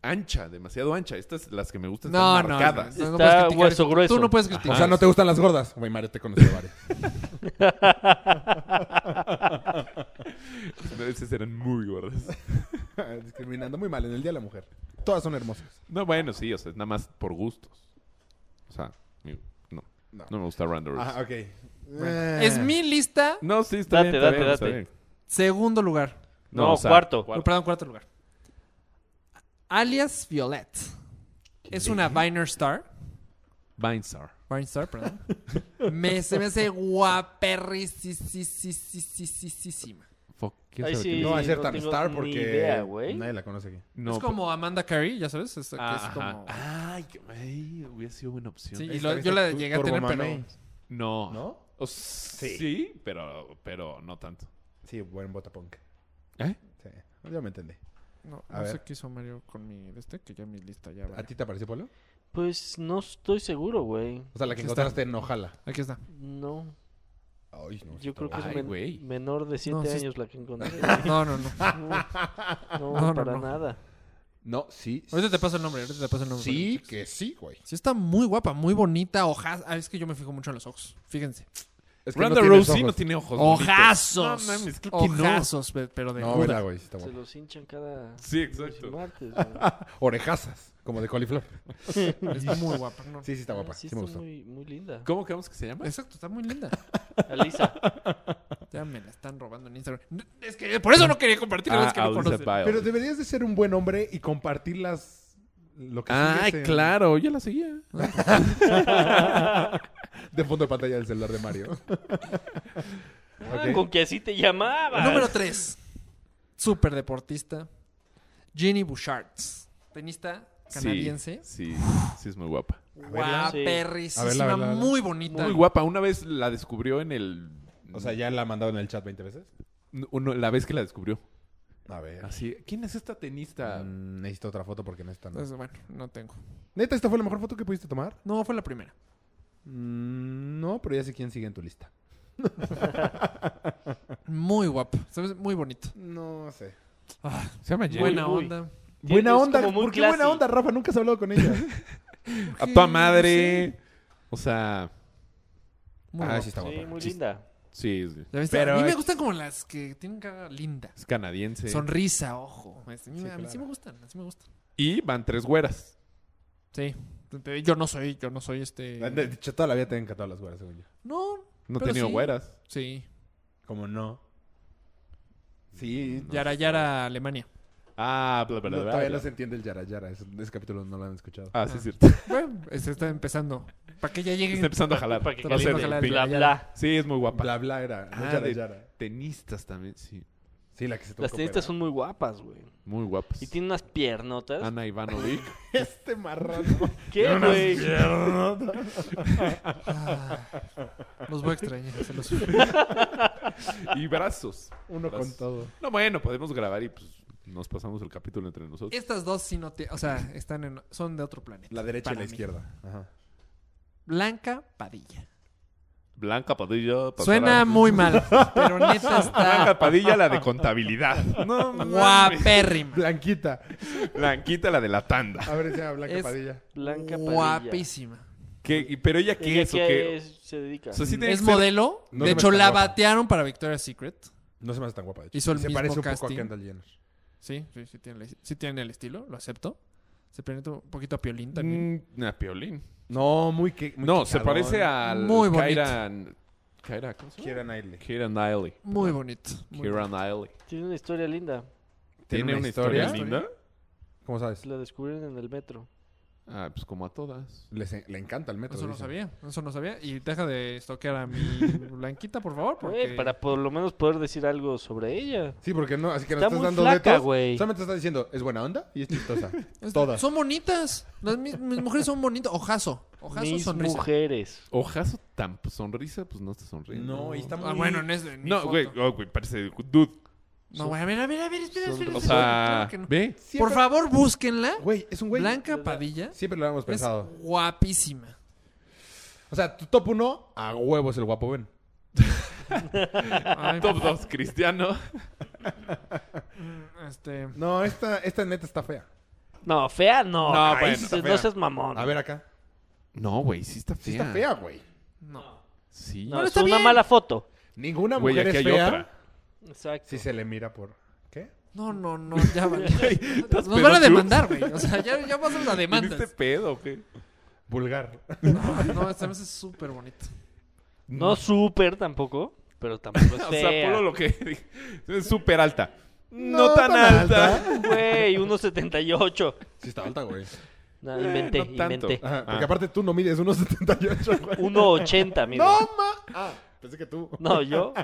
S5: ancha, demasiado ancha. Estas, las que me gustan,
S4: No,
S5: están
S4: no,
S5: marcadas.
S4: no, no
S2: Está
S4: puedes criticar
S2: hueso
S4: eso.
S2: grueso.
S4: Tú no puedes criticar.
S3: O sea, no te gustan las gordas. Güey, Mario te conoció varias.
S5: Esas eran muy gordas.
S3: Ah, Discriminando muy mal en el Día de la Mujer. Todas son hermosas.
S5: No, bueno, sí, o sea, es nada más por gustos. O sea, mi- no.
S3: No.
S5: No, me gusta Randall.
S3: Ah, ok. Eh.
S4: Es mi lista,
S5: No, sí, está
S2: Date,
S5: bien.
S2: date,
S5: está bien, está
S2: date.
S5: bien.
S4: segundo lugar.
S2: No,
S5: o sea,
S2: cuarto.
S4: No, perdón, cuarto lugar. Alias Violet. Es una Viner Star.
S5: Vinestar.
S4: Viner Star, perdón. Me, se me hace guaperrisísima.
S5: Fuck, ¿quién
S2: Ay,
S5: sabe
S2: sí.
S5: quién
S3: no va a ser
S2: no
S3: tan
S2: tengo
S3: star
S2: ni
S3: porque
S2: idea, güey.
S3: nadie la conoce aquí.
S5: es? No, Ah,
S4: es como Amanda Carey, ya sabes. esta que es
S5: ajá.
S4: como...
S5: Ay, que- ay, hubiera sido buena opción.
S4: Sí, y
S3: Esta
S4: lo-
S3: que
S4: yo
S3: está
S4: la
S3: tu-
S4: llegué a tener, pero...
S3: Turbomame.
S5: No.
S3: ¿No?
S5: O s- sí. pero, pero no tanto.
S3: Sí, buen botapunk.
S5: ¿Eh?
S3: Sí. Ya me entendí.
S4: No,
S3: A
S4: no
S3: ver.
S4: sé qué hizo Mario con mi... Este, que ya mi lista ya...
S3: ¿A
S4: valió.
S3: ti te apareció Polo?
S2: Pues no estoy seguro, güey.
S3: O sea, la que
S4: Aquí
S3: encontraste en Ojala.
S4: Aquí está.
S2: No.
S3: Ay, no.
S2: Yo creo que es
S5: Ay,
S2: men-
S5: güey.
S2: menor de 7
S4: No, sí-
S2: años la que encontré.
S4: No, no, no.
S2: No, no,
S4: no,
S2: para
S4: no.
S2: nada.
S3: No, sí.
S4: Ahorita te paso el nombre, ahorita te paso el nombre.
S3: Sí, que sí, güey.
S4: Sí está muy guapa, muy bonita, hojas. Ah, es que yo me fijo mucho en los ojos. Fíjense.
S3: Es
S5: Randall
S3: tienes
S5: Rousey no
S3: ojos.
S5: tiene ojos.
S4: Ojazos.
S5: bonitos. No mames, ¿qué- qué no?
S4: Ojazos, pe- pero de
S3: No,
S4: cura.
S3: verdad, güey. sí está
S2: Se
S3: guapo.
S2: los hinchan cada
S5: Sí, exacto.
S2: martes. güey.
S3: Orejazas, como de coliflor.
S4: Es muy guapa. no.
S3: Sí, sí está guapa.
S2: Sí,
S3: Sí,
S2: está
S3: me gustó.
S2: muy, muy linda.
S5: ¿Cómo creemos que se llama?
S4: Exacto, está muy linda.
S2: Alisa.
S4: Ya me la están robando en Instagram. No, Es que por eso no quería compartir
S3: Ah,
S4: es que no
S5: Alyssa
S4: conocen.
S5: Bile.
S3: Pero deberías de ser un buen hombre y compartir las... Lo que
S5: Ay,
S3: sigues en-
S5: Ah, claro, yo la seguía.
S3: De fondo de pantalla del celular de Mario.
S2: Ah,
S3: Ok.
S2: Con que así te llamabas.
S4: Número 3. Super deportista. Ginny Bouchard. Tenista canadiense.
S5: Sí, sí, sí es muy guapa.
S3: verla.
S4: Guaperrísima,
S3: A verla, a verla, a verla.
S4: muy bonita.
S5: Muy guapa. Una vez la descubrió en el...
S3: O sea, ya la ha mandado en el chat 20 veces.
S5: uno- la vez que la descubrió.
S3: A ver.
S5: Así, ¿quién es esta tenista?
S3: Mm, necesito otra foto porque no está. ¿no?
S4: Entonces, bueno, no tengo.
S3: Neta, ¿esta fue la mejor foto que pudiste tomar?
S4: No, fue la primera.
S3: Mm, no, pero ya sé quién sigue en tu lista.
S4: Muy guapa. ¿sabes? Muy bonito.
S3: No sé.
S5: Se
S3: Ah,
S5: llama Jenny.
S4: Buena
S2: uy.
S4: onda.
S3: Buena
S2: Es
S3: onda.
S2: como muy
S3: ¿Por qué
S2: classy.
S3: buena onda, Rafa? Nunca has hablado con ella.
S5: A
S4: Sí,
S5: tu madre. O sea,
S4: Muy
S3: ah,
S4: guapa.
S3: sí está
S2: Sí,
S3: guapa.
S2: muy
S3: Ah, Sí,
S2: linda.
S5: Sí, es,
S4: ¿Ya viste?
S3: Pero
S4: a mí me
S3: es-
S4: gustan como las que tienen cara linda.
S5: es canadiense.
S4: Sonrisa, ojo. A mí, a mí sí
S3: claro.
S4: me gustan, sí me gustan.
S5: Y van tres güeras.
S4: Sí. Pero Yo no soy, yo no soy este.
S3: Ah, De hecho, toda la vida te han encantado las güeras, según yo.
S4: No.
S5: No he
S4: pero
S5: tenido
S4: sí.
S5: güeras.
S4: Sí.
S3: Como no. Sí.
S4: Yara Yara Alemania.
S5: Ah, bla, bla,
S3: No,
S5: bla,
S3: todavía
S5: bla.
S3: no se entiende el Yara Yara. Ese, ese capítulo no lo han escuchado.
S5: Ah, sí,
S4: Ah.
S5: es cierto.
S4: Bueno, se está empezando. Para que ya
S5: Está
S3: Este-
S4: lleguen.
S5: empezando a jalar.
S2: Para que
S5: No sé,
S2: caliente,
S5: del
S4: jalar,
S5: pin.
S2: bla,
S4: ya, ya.
S2: bla.
S5: Sí, es muy guapa.
S3: Bla bla era. No
S5: Ah,
S3: Yara
S5: de-
S3: Yara.
S5: Tenistas también, sí.
S3: Sí, la que se tocó.
S2: Las tenistas
S3: pero-
S2: son muy guapas, güey.
S5: Muy guapas.
S2: Y tiene unas piernotas.
S5: Ana Ivanovic.
S3: Este marrano.
S2: ¿Qué, güey?
S4: Ah, Los voy a extrañar, se los
S5: y brazos.
S3: Uno con
S5: Las-
S3: todo.
S5: No, bueno, podemos grabar y pues nos pasamos el capítulo entre nosotros.
S4: Estas dos sí no te. O sea, están en, son de otro planeta.
S3: La derecha y
S4: Para
S3: la
S4: mí.
S3: izquierda. Ajá.
S4: Blanca Padilla.
S5: Blanca Padilla. Patarán.
S4: Suena muy mal, pero neta
S5: Blanca
S4: está
S5: Padilla, la de contabilidad. No, mames.
S4: guapérrima.
S3: Blanquita.
S5: Blanquita, la de la tanda.
S3: A ver, se llama Blanca
S4: Es-
S3: Padilla.
S2: Blanca Padilla.
S4: Guapísima.
S5: ¿Qué? ¿Y- ¿Pero ella qué
S2: ¿Ella
S5: es o qué?
S2: es- se dedica?
S5: O sea, sí tiene
S4: Es
S5: que ser-
S4: modelo.
S3: No
S4: de
S3: se me
S4: hecho,
S3: está
S4: la
S3: guapa.
S4: batearon para Victoria's Secret.
S3: No se me hace tan guapa, de hecho.
S4: Hizo el
S3: se
S4: mismo
S3: parece un poco a
S4: casting.
S3: Kendall Jenner.
S4: Sí, sí, sí tiene, el- sí tiene el estilo, lo acepto. Se permite un poquito a Piolín también.
S5: Mm, a Piolín.
S3: No, muy que. muy
S5: No, se
S3: quijadón.
S5: parece al
S4: Muy bonito.
S5: Kyra... Kyra, ¿cómo se llama?
S3: Keira Knightley.
S5: Kyra Knightley.
S4: Muy bonito. muy
S5: Kyra Knightley.
S2: Tiene una historia linda.
S5: ¿Tiene una historia, linda?
S3: ¿Cómo sabes?
S2: La descubrieron en el metro.
S5: Ah, pues como a todas.
S3: Les en- le encanta el metro.
S4: Eso no
S3: dicen.
S4: sabía, eso no sabía. Y deja de estoquear a mi blanquita, por favor, porque...
S2: Güey, Eh, para por lo menos poder decir algo sobre ella.
S3: Sí, porque no, así que no
S2: Está
S3: estás
S2: muy
S3: dando
S2: flaca,
S3: datos.
S2: güey.
S3: Solamente estás diciendo, es buena onda y es chistosa.
S4: Es-
S3: Todas.
S4: Son bonitas. Las, mis, mis mujeres son bonitas. Ojazo. Ojazo,
S2: Mis
S4: sonrisa. Ah,
S2: mujeres.
S5: Ojazo tan sonrisa, pues no está sonriendo.
S4: Ah, bueno, en ese- en mi
S5: No,
S4: foto.
S5: güey, oh, güey, parece dude.
S4: No, güey, a ver, a ver, a ver, espera,
S2: Son-
S4: espera.
S5: O
S4: espera,
S5: sea,
S4: claro que no.
S5: ve.
S3: Siempre-
S4: Por favor, búsquenla.
S3: Güey, es un güey.
S4: Blanca Padilla
S3: Siempre lo habíamos
S4: es
S3: pensado.
S4: guapísima.
S3: O sea, tu top uno, a huevo es el guapo Ben.
S4: Ay,
S5: Top 2, Cristiano.
S4: este...
S3: No, esta, esta neta está fea.
S2: No, fea no.
S5: No,
S2: Ay,
S5: bueno,
S2: sí,
S5: está
S2: no
S3: fea.
S2: seas mamón.
S3: A ver acá.
S5: No, güey, sí está fea.
S3: Sí está fea, güey.
S4: No.
S5: Sí.
S2: No,
S4: Pero
S2: es
S4: está
S2: una
S4: bien.
S2: mala foto.
S3: Ninguna
S5: Güey,
S3: mujer
S5: aquí
S3: es
S5: hay
S3: fea
S5: otra.
S2: Exacto.
S3: si se le mira por... ¿Qué?
S4: No, no, no, ya vale. Nos van a
S5: pedo,
S4: demandar, güey. O sea, ya, ya pasan las
S5: ¿Viniste
S4: demandas.
S5: pedo o qué?
S3: Vulgar.
S4: No, no, esta vez es súper bonito.
S2: No súper tampoco, pero tampoco es
S5: O sea,
S2: fea.
S5: puro lo que dije. Es súper alta. No,
S3: No
S5: tan,
S3: tan
S5: alta.
S2: Güey, 1.78.
S3: Sí está alta, güey.
S2: No,
S5: Eh,
S2: inventé,
S5: no tanto.
S2: inventé.
S3: Ajá, porque
S5: Ah.
S3: aparte tú no mides 1.78, güey.
S2: 1.80, mira.
S3: ¡No, ma! Ah, pensé que tú.
S2: No, yo.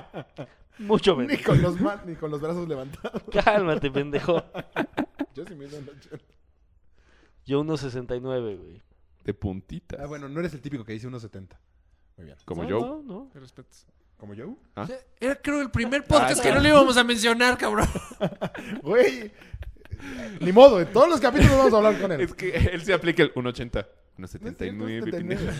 S2: Mucho
S3: Ni
S2: menos.
S3: con los, ma- ni con los brazos levantados.
S2: Cálmate, pendejo.
S3: Yo sí mido 1.80.
S2: Yo 1.69, güey.
S5: De puntita.
S3: Ah, bueno, no eres el típico que dice 1.70. Muy bien.
S5: Como
S2: No,
S5: yo.
S2: No, no.
S4: Te respeto.
S3: ¿Como yo?
S5: ¿Ah?
S4: Era creo el primer podcast que no le íbamos a mencionar, cabrón.
S3: Güey. Ni modo, en todos los capítulos vamos a hablar con él.
S5: Es que él se aplica el 1.80.
S3: No es cierto,
S5: 1.79.
S3: 79.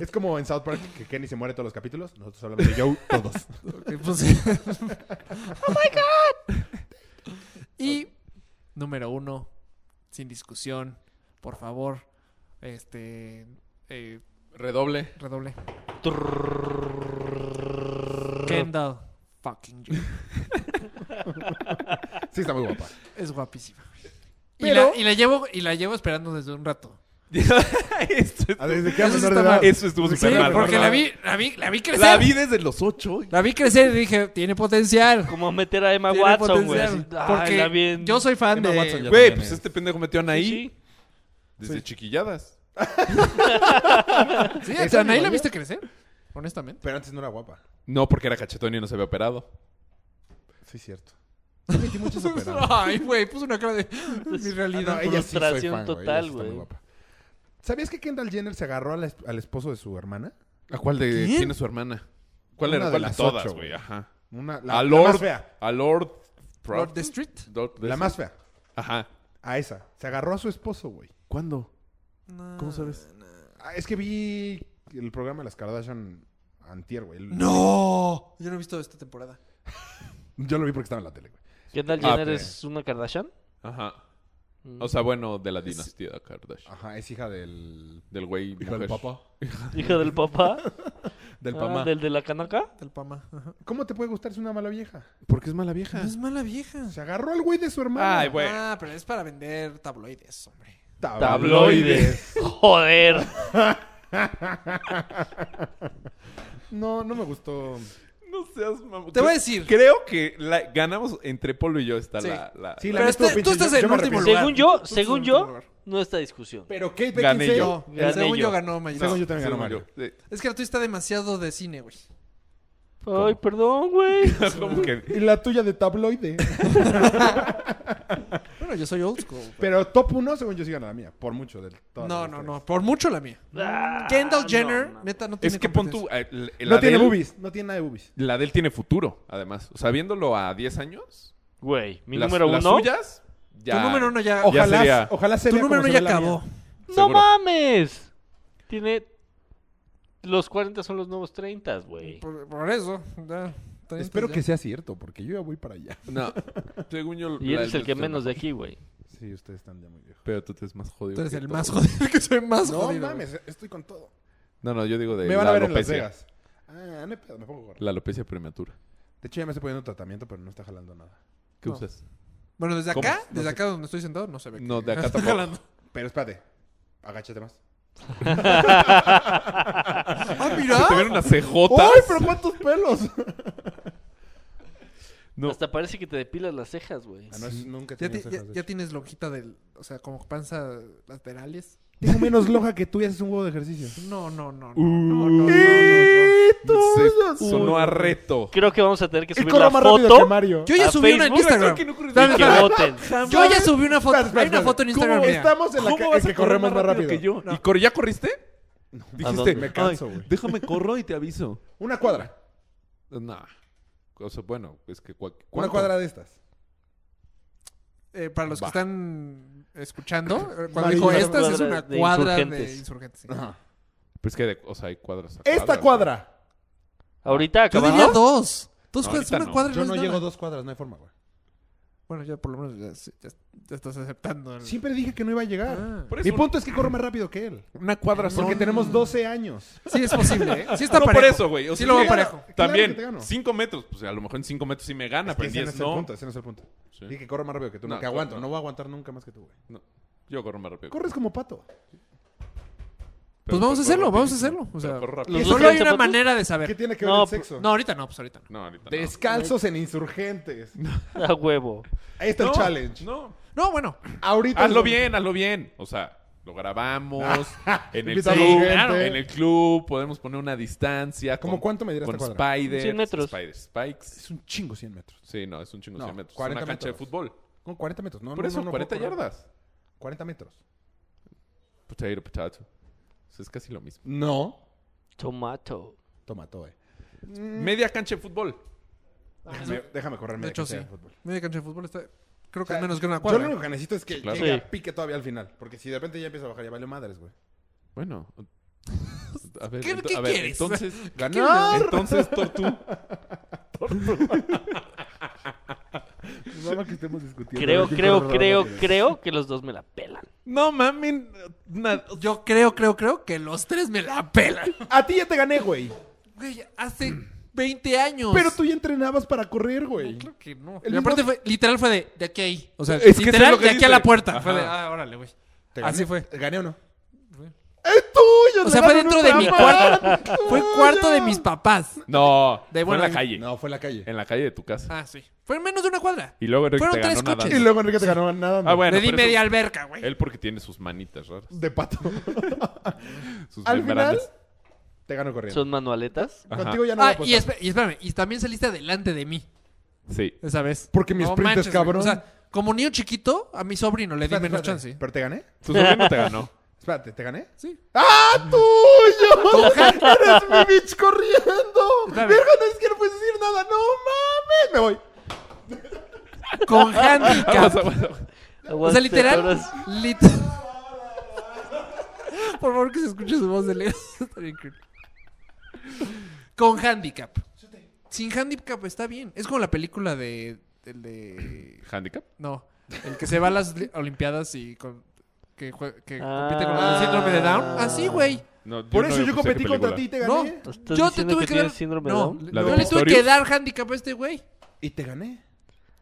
S3: Es como en South Park que Kenny se muere todos los capítulos. Nosotros hablamos de Joe todos.
S4: oh my god. Y número uno, sin discusión, por favor, este eh,
S5: Redoble.
S4: redoble. Kendall fucking you.
S3: Sí, está muy guapa.
S4: Es guapísima.
S3: Pero-
S4: Y, la, y la llevo y la llevo esperando desde un rato.
S5: Esto es-
S3: Ah, Desde que
S4: Eso
S3: era menor de
S4: está
S3: edad.
S4: mal.
S5: Eso estuvo
S4: Sí,
S5: súper mal.
S4: porque la vi, la vi, la vi crecer.
S5: La vi desde los 8.
S4: La vi crecer y dije, tiene potencial.
S2: Como meter a Emma
S4: tiene
S2: Watson, güey.
S4: potencial.
S2: así, ay,
S4: Porque
S2: la bien.
S4: yo soy fan
S3: Emma
S4: de
S3: Watson ya-
S5: Güey,
S3: también
S5: pues
S3: es.
S5: este pendejo metió a
S2: Sí,
S5: Anaí
S2: sí.
S5: desde chiquilladas.
S4: Sí,
S3: Esa
S4: a
S3: me
S4: Anaí la
S3: dolió.
S4: viste crecer, honestamente.
S3: Pero antes no era guapa.
S5: No, porque era cachetón y no se había operado.
S3: Sí, cierto. Ah, Sí, sí, muchos operados.
S4: Ay, güey, puso una cara de mi realidad.
S3: Ah, no, ella sí soy
S2: Frustración
S3: fan, güey. Ella sí
S2: total,
S3: está muy
S2: güey.
S3: guapa. ¿Sabías que Kendall Jenner se agarró al, es- al esposo de su hermana?
S5: ¿A cuál de
S4: ¿Quién?
S5: tiene su hermana? ¿Cuál
S3: Una
S5: era?
S3: de
S5: ¿Cuál de,
S3: las
S5: todas,
S3: ocho,
S5: güey?
S3: güey.
S5: Ajá.
S3: Una, la,
S5: a
S3: la
S5: Lord.
S3: más fea.
S5: A Lord. Proud-
S4: Lord the Street.
S5: Lord the-
S3: La más fea.
S5: Ajá.
S3: A esa. Se agarró a su esposo, güey.
S5: ¿Cuándo?
S4: ¿Cómo sabes?
S3: Ah, es que vi el programa de las Kardashian antier, güey. El-
S4: No, yo no he visto esta temporada.
S3: Yo lo vi porque estaba en la tele, güey.
S2: Kendall
S5: Ah,
S2: Jenner
S5: pero-
S2: es una Kardashian.
S5: Ajá. O sea, bueno, de la dinastía Kardashian.
S3: Ajá, es hija del...
S5: Del güey
S3: Hija del
S5: mujer.
S3: papá.
S2: Hija del papá.
S3: Del
S2: Ah,
S3: Pamá.
S2: ¿Del de la canaca?
S4: Del Pamá. Ajá.
S3: ¿Cómo te puede gustar si es una mala vieja?
S5: Porque es mala
S4: No
S5: vieja.
S4: es mala vieja.
S3: Se agarró al güey de su hermana.
S5: Ay, güey.
S4: Ah, pero es para vender tabloides, hombre.
S5: Tabloides.
S2: Joder.
S3: No, no me gustó.
S5: No seas mamón.
S4: Te voy a decir.
S5: Creo que la- ganamos entre Polo y yo está
S4: Sí.
S5: la, la-
S3: Sí,
S5: la-
S3: la
S4: Pero
S3: neta
S4: este-
S3: estuvo
S4: tú
S3: pinche.
S4: estás
S3: Yo-
S4: en
S3: yo me
S4: último
S3: arrepiento.
S4: lugar.
S2: Según yo,
S4: Tú estás
S2: según
S4: en último
S2: yo,
S4: lugar.
S2: no está discusión.
S3: Pero Kate
S5: Gané
S3: Beckinsale.
S5: yo.
S4: No,
S2: Gané
S4: según yo,
S2: yo.
S4: ganó Mayo.
S3: Según yo
S5: Sí,
S3: también ganó Mario.
S5: Mario.
S4: Es que la tuya está demasiado de cine, güey.
S2: Ay, perdón, güey.
S5: Sí. ¿Cómo que?
S3: Y la tuya de tabloide.
S4: Bueno, yo soy old school. güey.
S3: Pero top 1, según yo, sí gana la mía. Por mucho. Del, todas
S4: No,
S3: las
S4: no,
S3: tres.
S4: no. Por mucho la mía.
S2: Ah,
S4: Kendall
S2: no,
S4: Jenner,
S2: no.
S4: neta, no tiene
S5: Es que pon tú.
S4: competencia.
S5: eh, la-
S3: No
S5: la de
S3: tiene
S5: él-
S3: boobies. No tiene nada de boobies.
S5: La de él tiene futuro, además. O sea, viéndolo a 10 años.
S2: Güey, mi
S5: las-
S2: número
S5: Las
S2: uno.
S5: suyas. Ya.
S4: Tu número uno ya...
S5: Ojalá
S3: Ojalá,
S5: sería-
S3: ojalá se
S4: tu
S3: vea
S4: número
S3: como se
S4: uno ya
S3: ve la
S4: acabó.
S3: mía.
S2: ¡No
S5: Seguro.
S2: mames! Tiene. Los 40 son los nuevos 30, güey.
S4: Por, por eso. ya, treinta
S3: Espero
S4: Pues ya.
S3: que sea cierto, porque yo ya voy para allá.
S5: No. Según yo.
S2: Y
S5: la
S2: eres
S5: del
S2: el que
S5: Mr.
S2: menos de
S5: Mejor.
S2: aquí, güey.
S3: Sí, ustedes están ya muy viejos.
S5: Pero tú te es más jodido.
S4: Tú eres
S5: que
S4: el
S5: todo.
S4: más jodido, que soy más
S3: No
S4: jodido.
S3: mames, estoy con todo.
S5: No, no, yo digo de.
S3: Me van
S5: la
S3: a ver en Las
S5: alopecia.
S3: Vegas. Ah, no hay pedo, me pongo gorro.
S5: La alopecia prematura.
S3: De hecho, ya me estoy poniendo tratamiento, pero no está jalando nada.
S5: ¿Qué
S4: No.
S5: usas?
S4: Bueno, desde
S5: ¿Cómo?
S4: acá,
S5: No
S4: desde
S5: sé.
S4: acá donde estoy sentado, no se ve. que-
S5: No, de acá
S4: Está
S5: tampoco.
S4: jalando.
S3: Pero espérate, agáchate más.
S4: ¡Ah,
S5: Se te
S4: mira!
S5: ven unas cejotas.
S3: ¡Ay, pero cuántos pelos!
S5: No.
S2: Hasta parece que te depilas las cejas, güey.
S3: Ah, no, es- nunca he
S4: Ya,
S3: tenido
S4: ti- ya-
S3: cejas, de
S4: ya
S3: hecho.
S4: tienes lonjita del... O sea, como panza laterales.
S3: Tengo menos lonja que tú y haces un huevo de ejercicio.
S4: No, no, no. no, no, no, no, no, no.
S5: Uh, Se- sonó a reto.
S2: Creo que vamos a tener que
S3: Y
S2: subir
S3: corro
S2: la
S3: más rápido que
S2: foto.
S3: Mario.
S4: Yo ya
S2: A
S4: subí una en
S2: Facebook,
S4: Instagram.
S5: creo que no ocurre-
S4: Espera,
S2: Y que
S4: espera.
S2: voten.
S4: Yo ya subí una foto.
S3: Espera, espera,
S4: Hay una
S3: espera.
S4: foto en Instagram
S3: ¿Cómo
S4: mía.
S3: Estamos en la
S5: ¿Cómo
S3: que,
S5: vas
S3: en
S5: a
S3: que
S5: correr
S3: corremos más rápido.
S5: que yo?
S4: No.
S5: ¿Y cor- ya corriste?
S2: dónde?
S5: Dijiste,
S3: Me canso,
S5: "Ay,
S3: güey".
S5: déjame corro y te aviso.
S3: Una cuadra.
S5: No. O sea, bueno, es que cua-
S3: Una
S5: ¿cuánto?
S3: cuadra de estas.
S4: Eh, para los
S5: Va.
S4: que están escuchando, eh, cuando
S3: Maravilla.
S4: dijo estas es
S2: Cuadra
S4: una
S2: de
S4: cuadra de
S2: insurgentes.
S4: insurgentes. sí.
S5: Pues que de- o sea, hay cuadras. a
S3: Esta
S5: cuadras,
S3: cuadra.
S2: Ahorita
S4: Yo diría
S2: acabando.
S4: dos. Dos
S5: No,
S4: cuadras,
S5: ahorita
S4: una
S5: no.
S4: cuadra
S3: Yo
S4: no
S3: no
S4: es
S3: llego
S4: nada.
S3: a dos cuadras, no hay forma, güey.
S4: Bueno, ya por lo menos ya, ya- ya estás aceptando. el-
S3: Siempre dije que no iba a llegar.
S4: Ah.
S5: Por eso,
S3: Mi punto es que corro más rápido que él.
S5: Una cuadra son.
S3: Porque tenemos 12 años.
S4: Sí es posible, ¿eh? Sí está
S5: no,
S4: parejo.
S5: por eso, güey. O
S4: Sí
S5: sea,
S4: lo veo
S5: sí,
S4: parejo.
S3: Claro que te
S5: También,
S3: gano.
S5: 5 metros. Pues a lo mejor en 5 metros sí me gana,
S3: Es que
S5: pero en
S3: ese no
S5: 10
S3: es el
S5: no.
S3: punto, ese no es el punto.
S5: Sí.
S3: Dije que corro más rápido que tú. No,
S5: No,
S3: que aguanto.
S5: no.
S3: No. voy a aguantar nunca más que tú, güey.
S5: No, Yo corro más rápido.
S3: Corres como pato.
S4: Pues
S5: Pero
S4: vamos a
S5: corro
S4: hacerlo, vamos a
S5: rapidísimo.
S4: hacerlo. O
S5: Pero
S4: sea,
S5: corro
S3: ¿Y
S5: rápido.
S4: y
S3: los
S4: solo
S2: dos
S4: hay una
S2: zapatos?
S4: manera de saber.
S3: ¿Qué tiene que ver
S2: No,
S3: el
S2: pues-
S3: sexo?
S4: No, ahorita no, pues ahorita no.
S5: No, ahorita no.
S3: Descalzos en insurgentes.
S2: A huevo.
S3: Ahí está
S5: No,
S3: el challenge.
S5: No.
S4: No, bueno.
S3: Ahorita.
S5: Hazlo
S3: es-
S5: bien, hazlo bien. O sea, lo grabamos en el
S3: Invita a
S5: club,
S3: gente.
S5: claro, en el club, podemos poner una distancia.
S3: ¿Cómo
S5: con-
S3: cuánto medirá
S5: Con
S3: esta cuadra?
S5: spiders,
S2: 100 metros.
S5: spiders, spikes.
S3: Es un chingo 100 metros.
S5: Sí, no, es un chingo
S3: No,
S5: 100 metros. Es
S3: 40
S5: una cancha
S3: metros.
S5: de fútbol.
S3: Con 40 metros. No,
S5: Por
S3: no,
S5: eso,
S3: no, no,
S5: 40
S3: puedo correr.
S5: yardas.
S3: 40 metros.
S5: Potato, potato. O sea, es casi lo mismo.
S3: No.
S2: Tomato.
S3: Tomato, eh.
S5: Media cancha de fútbol.
S3: Déjame, déjame correr
S4: De
S3: media
S4: hecho,
S3: cancha
S4: sí.
S3: de fútbol.
S4: Media cancha de fútbol está. Creo
S3: O
S4: que
S3: sea,
S4: al menos que una
S3: Yo lo
S4: cuadra.
S3: único que necesito es que
S5: Sí, claro.
S3: llegue a
S2: Sí.
S3: pique todavía al final. Porque si de repente ya empieza a bajar, ya valió madres, güey.
S5: Bueno. A ver,
S4: ¿Qué-
S5: ento-
S4: qué
S5: a ver,
S4: quieres?
S5: entonces...
S3: ¡Ganar!
S5: Entonces, Tortu,
S3: Nada más que estemos discutiendo.
S2: Creo,
S3: Yo
S2: creo,
S3: corro
S2: creo,
S3: rápido.
S2: creo que los dos me la pelan.
S5: no mamen. na-
S4: Yo creo, creo, creo que los tres me la pelan.
S3: A ti ya te gané, güey.
S4: Güey, hace 20 años.
S3: Pero tú ya entrenabas para correr, güey.
S4: Creo que pues. no.
S3: El
S4: Y aparte
S3: mismo-
S4: fue, literal fue de, de aquí a ahí. O sea,
S5: Es que eso es
S4: literal
S5: lo que
S4: de aquí a
S5: dice.
S4: la puerta. Fue de,
S5: Ajá.
S4: ah, órale, güey.
S3: Te
S4: Así
S3: gané.
S4: fue.
S3: ¿Gané o no?
S4: Fue.
S3: ¡Es tuyo!
S4: O
S3: le
S4: sea, fue
S3: ganan
S4: dentro de mi
S3: otra
S4: cuarto.
S3: más.
S4: Fue cuarto de mis papás.
S5: No,
S4: De
S5: fue en
S4: bueno,
S5: la calle.
S3: No, fue en la calle.
S5: En la calle de tu casa.
S4: Ah, sí. Fue en menos de una cuadra.
S5: Y luego Enrique
S4: Fueron
S5: te ganó
S4: tres
S5: nadando.
S4: coches.
S3: Y luego Enrique te ganó nada.
S5: Ah, bueno.
S4: Le di
S5: pero eso-
S4: media alberca, güey.
S5: Él porque tiene sus manitas raras.
S3: De pato.
S5: Sus
S3: Al final,
S5: membranas.
S3: te ganó corriendo.
S2: Son manualetas.
S5: Ajá.
S3: Contigo ya no pues, voy a
S4: Ah, y,
S3: apostar.
S4: esp- y espérame, y también saliste adelante de mí
S5: Sí.
S4: esa vez.
S3: Porque mi sprint es
S4: güey.
S3: cabrón.
S4: O sea, como niño chiquito, a mi sobrino le di
S3: Espérate,
S4: menos
S3: espérate.
S4: chance.
S3: ¿Pero te gané?
S5: Tu sobrino te ganó.
S3: Espérate, ¿te gané?
S4: Sí.
S3: ¡Ah, tuyo! ¡Eres mi bitch corriendo!
S4: Está
S3: Verga,
S4: bien.
S3: no es que no puedes decir nada. ¡No mames! Me voy.
S4: Con handicap.
S5: Vamos a- vamos a-
S4: O sea,
S2: Aguante,
S4: literal.
S2: cabras.
S4: lit- Por favor, que se escuche su voz de Leo. Estaría increíble. Con handicap. Sin handicap está bien. Es como la película de. El de.
S5: ¿Handicap?
S4: No. El que se va a las li- Olimpiadas y con. Que, jue- que
S2: Ah.
S4: compite con el síndrome de Down. Así, güey.
S5: No,
S3: Por
S5: no
S3: eso
S5: me
S3: yo
S5: puse qué
S3: competí contra
S5: película.
S3: ti y te
S4: No.
S3: gané.
S2: ¿Estás
S4: Yo te
S2: diciendo que,
S4: tuve que, dar.
S2: tienes síndrome de
S4: no,
S2: Down?
S5: ¿La
S4: no
S5: de
S4: le tuve que
S5: Pistorius?
S4: dar handicap a este güey.
S3: Y te gané.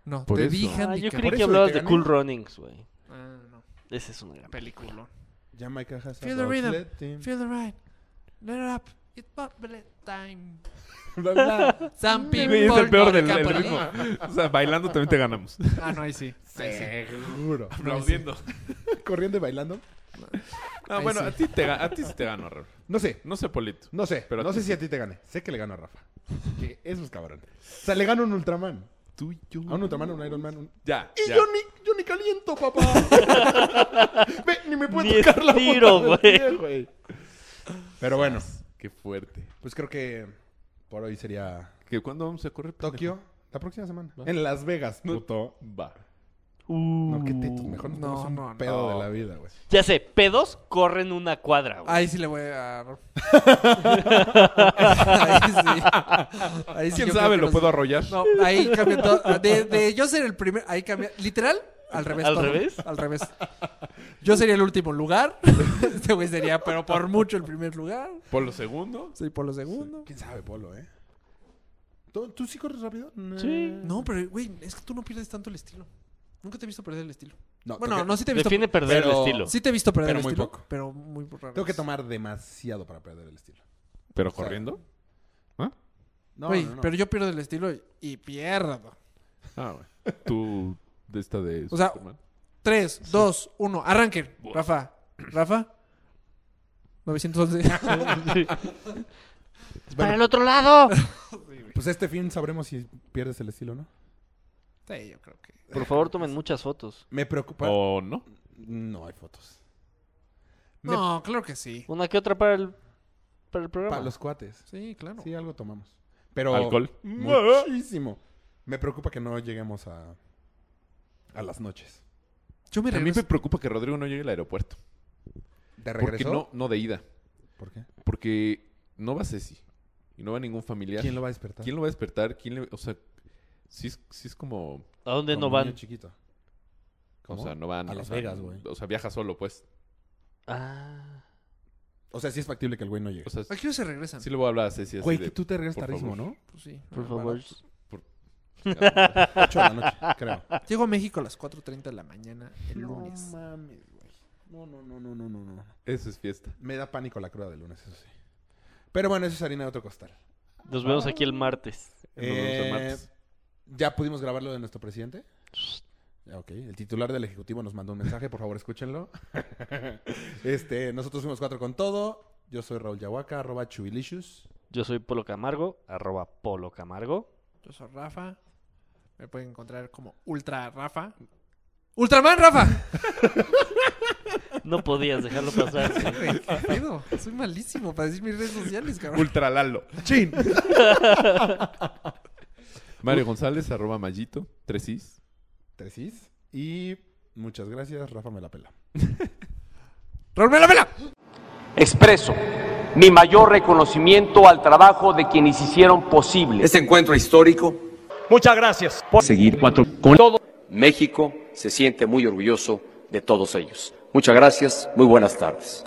S4: No,
S5: Por
S4: te
S5: eso.
S4: di
S5: Ah, yo
S2: Ah, yo
S4: handicap.
S2: creí
S3: Por
S2: que
S3: eso
S2: hablabas
S3: te
S2: de
S3: gané.
S2: Cool Runnings, güey.
S4: Ah, no.
S2: Ese es una gran
S4: Película.
S3: Jamaica has a
S4: Feel the rhythm.
S3: bobsled team.
S4: Feel the ride. Let it up. It's bubble time.
S3: Bla, bla.
S4: Some
S5: Sí,
S4: people
S5: güey, es el peor del
S4: don't
S5: del
S4: company.
S5: ritmo. O sea, bailando también te ganamos.
S4: Ah, no, ahí sí. Ahí sí.
S3: Seguro.
S5: Aplaudiendo.
S3: Corriendo y bailando.
S5: No,
S4: Ahí
S5: bueno,
S4: sí.
S5: a ti te, ga- a ti sí te gano, Raúl.
S3: No sé.
S5: No sé, Polito.
S3: No sé.
S5: Pero a
S3: no
S5: ti
S3: sé si a ti te gané. Sé que le gano a Rafa. Que eso es cabrón. O sea, le gano a un Ultraman.
S5: Tú y yo.
S3: A un Ultraman, a un Iron Man. un-
S5: Ya.
S3: Y
S5: ya.
S3: yo ni, yo ni caliento, papá. Ve, ni me puede
S2: Ni
S3: tocar la punta
S2: estiro,
S3: del
S2: güey.
S3: pie, güey. Pero bueno,
S5: Qué fuerte.
S3: pues creo que por hoy sería
S5: ¿Que ¿Cuándo vamos a correr? pendejo?
S3: Tokio la próxima semana. En Las Vegas, puto.
S5: Va.
S3: Uh, No, qué tetos. Mejor nos
S4: No,
S3: ponemos un
S4: no, no.
S3: pedo de la vida, güey.
S2: Ya sé, pedos corren una cuadra, güey.
S4: Ahí sí le voy a. ahí sí. Ahí
S3: Ah,
S4: sí
S5: ¿Quién
S4: yo creo
S5: sabe?
S4: que
S5: ¿Lo
S4: nos-
S5: puedo arrollar?
S4: No, ahí cambia todo. Ah, De, de yo ser el primer. Ahí cambia. Literal, al revés.
S2: ¿Al
S4: todo.
S2: revés?
S4: Al revés. Yo sería el último lugar. Este güey sería, pero por mucho, el primer lugar.
S5: Por lo segundo.
S4: Soy por lo segundo.
S3: ¿Quién sabe, Polo, eh? ¿Tú, tú sí corres rápido?
S2: Sí.
S4: No, pero güey, es que tú no pierdes tanto el estilo. Nunca te he visto perder el estilo.
S3: No,
S4: bueno,
S3: tengo que-
S4: no, sí te he visto.
S2: Define perder
S3: pero-
S2: el estilo.
S4: Sí te he visto perder
S3: Pero
S4: el
S3: muy
S4: estilo.
S3: poco.
S4: Pero muy raro.
S3: Tengo que tomar demasiado para perder el estilo.
S5: ¿Pero
S3: sea,
S5: corriendo?
S3: No,
S4: Güey,
S3: no, no.
S4: pero yo pierdo el estilo y, y pierdo.
S5: Ah, bueno. Tú, de esta de
S4: O sea,
S5: Superman.
S4: 3, 2, 1, arranquen. Rafa, Rafa. 911.
S2: Sí.
S3: Bueno,
S2: ¡Para el otro lado!
S3: pues este fin sabremos si pierdes el estilo o no.
S4: Sí, yo creo que.
S2: Por favor, tomen muchas fotos.
S3: Me preocupa.
S2: Oh.
S5: ¿O no?
S3: No hay fotos. Me-
S4: No, claro que sí.
S2: Una que otra para el, para el programa.
S3: Para los cuates.
S4: Sí, claro.
S3: Sí, algo tomamos. Pero.
S5: ¿Alcohol?
S3: Muchísimo. Me preocupa que no lleguemos a. a las noches.
S4: Yo me
S5: A mí
S4: regreso.
S5: me preocupa que Rodrigo no llegue al aeropuerto.
S3: ¿De
S5: Porque
S3: regreso?
S5: no, no de ida.
S3: ¿Por qué?
S5: Porque no va Ceci. Y no va ningún familiar.
S3: ¿Quién lo va a despertar?
S5: ¿Quién lo va a despertar? ¿Quién le... O sea, sí es, sí es como...
S2: ¿A dónde
S3: Como
S2: no
S3: un
S2: van?
S3: niño chiquito.
S5: O sea, no van...
S3: A
S5: o
S3: Las
S5: sea,
S3: Vegas, güey.
S5: O sea, viaja solo, pues.
S2: Ah.
S3: O sea, sí es factible que el güey no llegue.
S5: O sea,
S4: ¿A qué hora se regresan?
S5: sí le voy a hablar a Ceci así
S3: güey,
S5: de-
S3: que tú te regresas
S5: por
S3: tardísimo, ¿no?
S4: Pues sí.
S2: Por favor.
S3: Ocho de la noche, creo.
S4: Llego a México a las 4.30 de la mañana el lunes.
S3: mames, güey. No, no, no, no, no, no, no.
S5: Eso es fiesta.
S3: Me da pánico la cruda del lunes, eso sí. Pero bueno, eso es harina de otro costal.
S2: Nos vemos aquí el martes.
S5: Nos vemos el
S3: Eh,
S5: martes.
S3: ¿Ya pudimos grabar lo de nuestro presidente? Ya, Ah, ok. El titular del Ejecutivo nos mandó un mensaje, por favor, escúchenlo. este, nosotros fuimos cuatro con todo. Yo soy Raúl Yahuaca, arroba chubilicious.
S2: Yo soy Polo Camargo, arroba Polo Camargo.
S4: Yo soy Rafa. Me pueden encontrar como Ultra Rafa. ¡Ultraman Rafa!
S2: No podías dejarlo pasar. güey.
S4: Güey, ¿Qué pedo? Soy malísimo para decir mis redes sociales, cabrón.
S5: Ultra Lalo.
S3: ¡Chin!
S5: Mario González, arroba Mayito, tres is.
S3: Tres is. Y muchas gracias, Rafa me la pela.
S4: ¡Raúl, vela, vela!
S6: Expreso mi mayor reconocimiento al trabajo de quienes hicieron posible
S7: Este encuentro histórico
S6: Muchas gracias por
S7: seguir cuatro con todo. México se siente muy orgulloso de todos ellos. Muchas gracias, muy buenas tardes.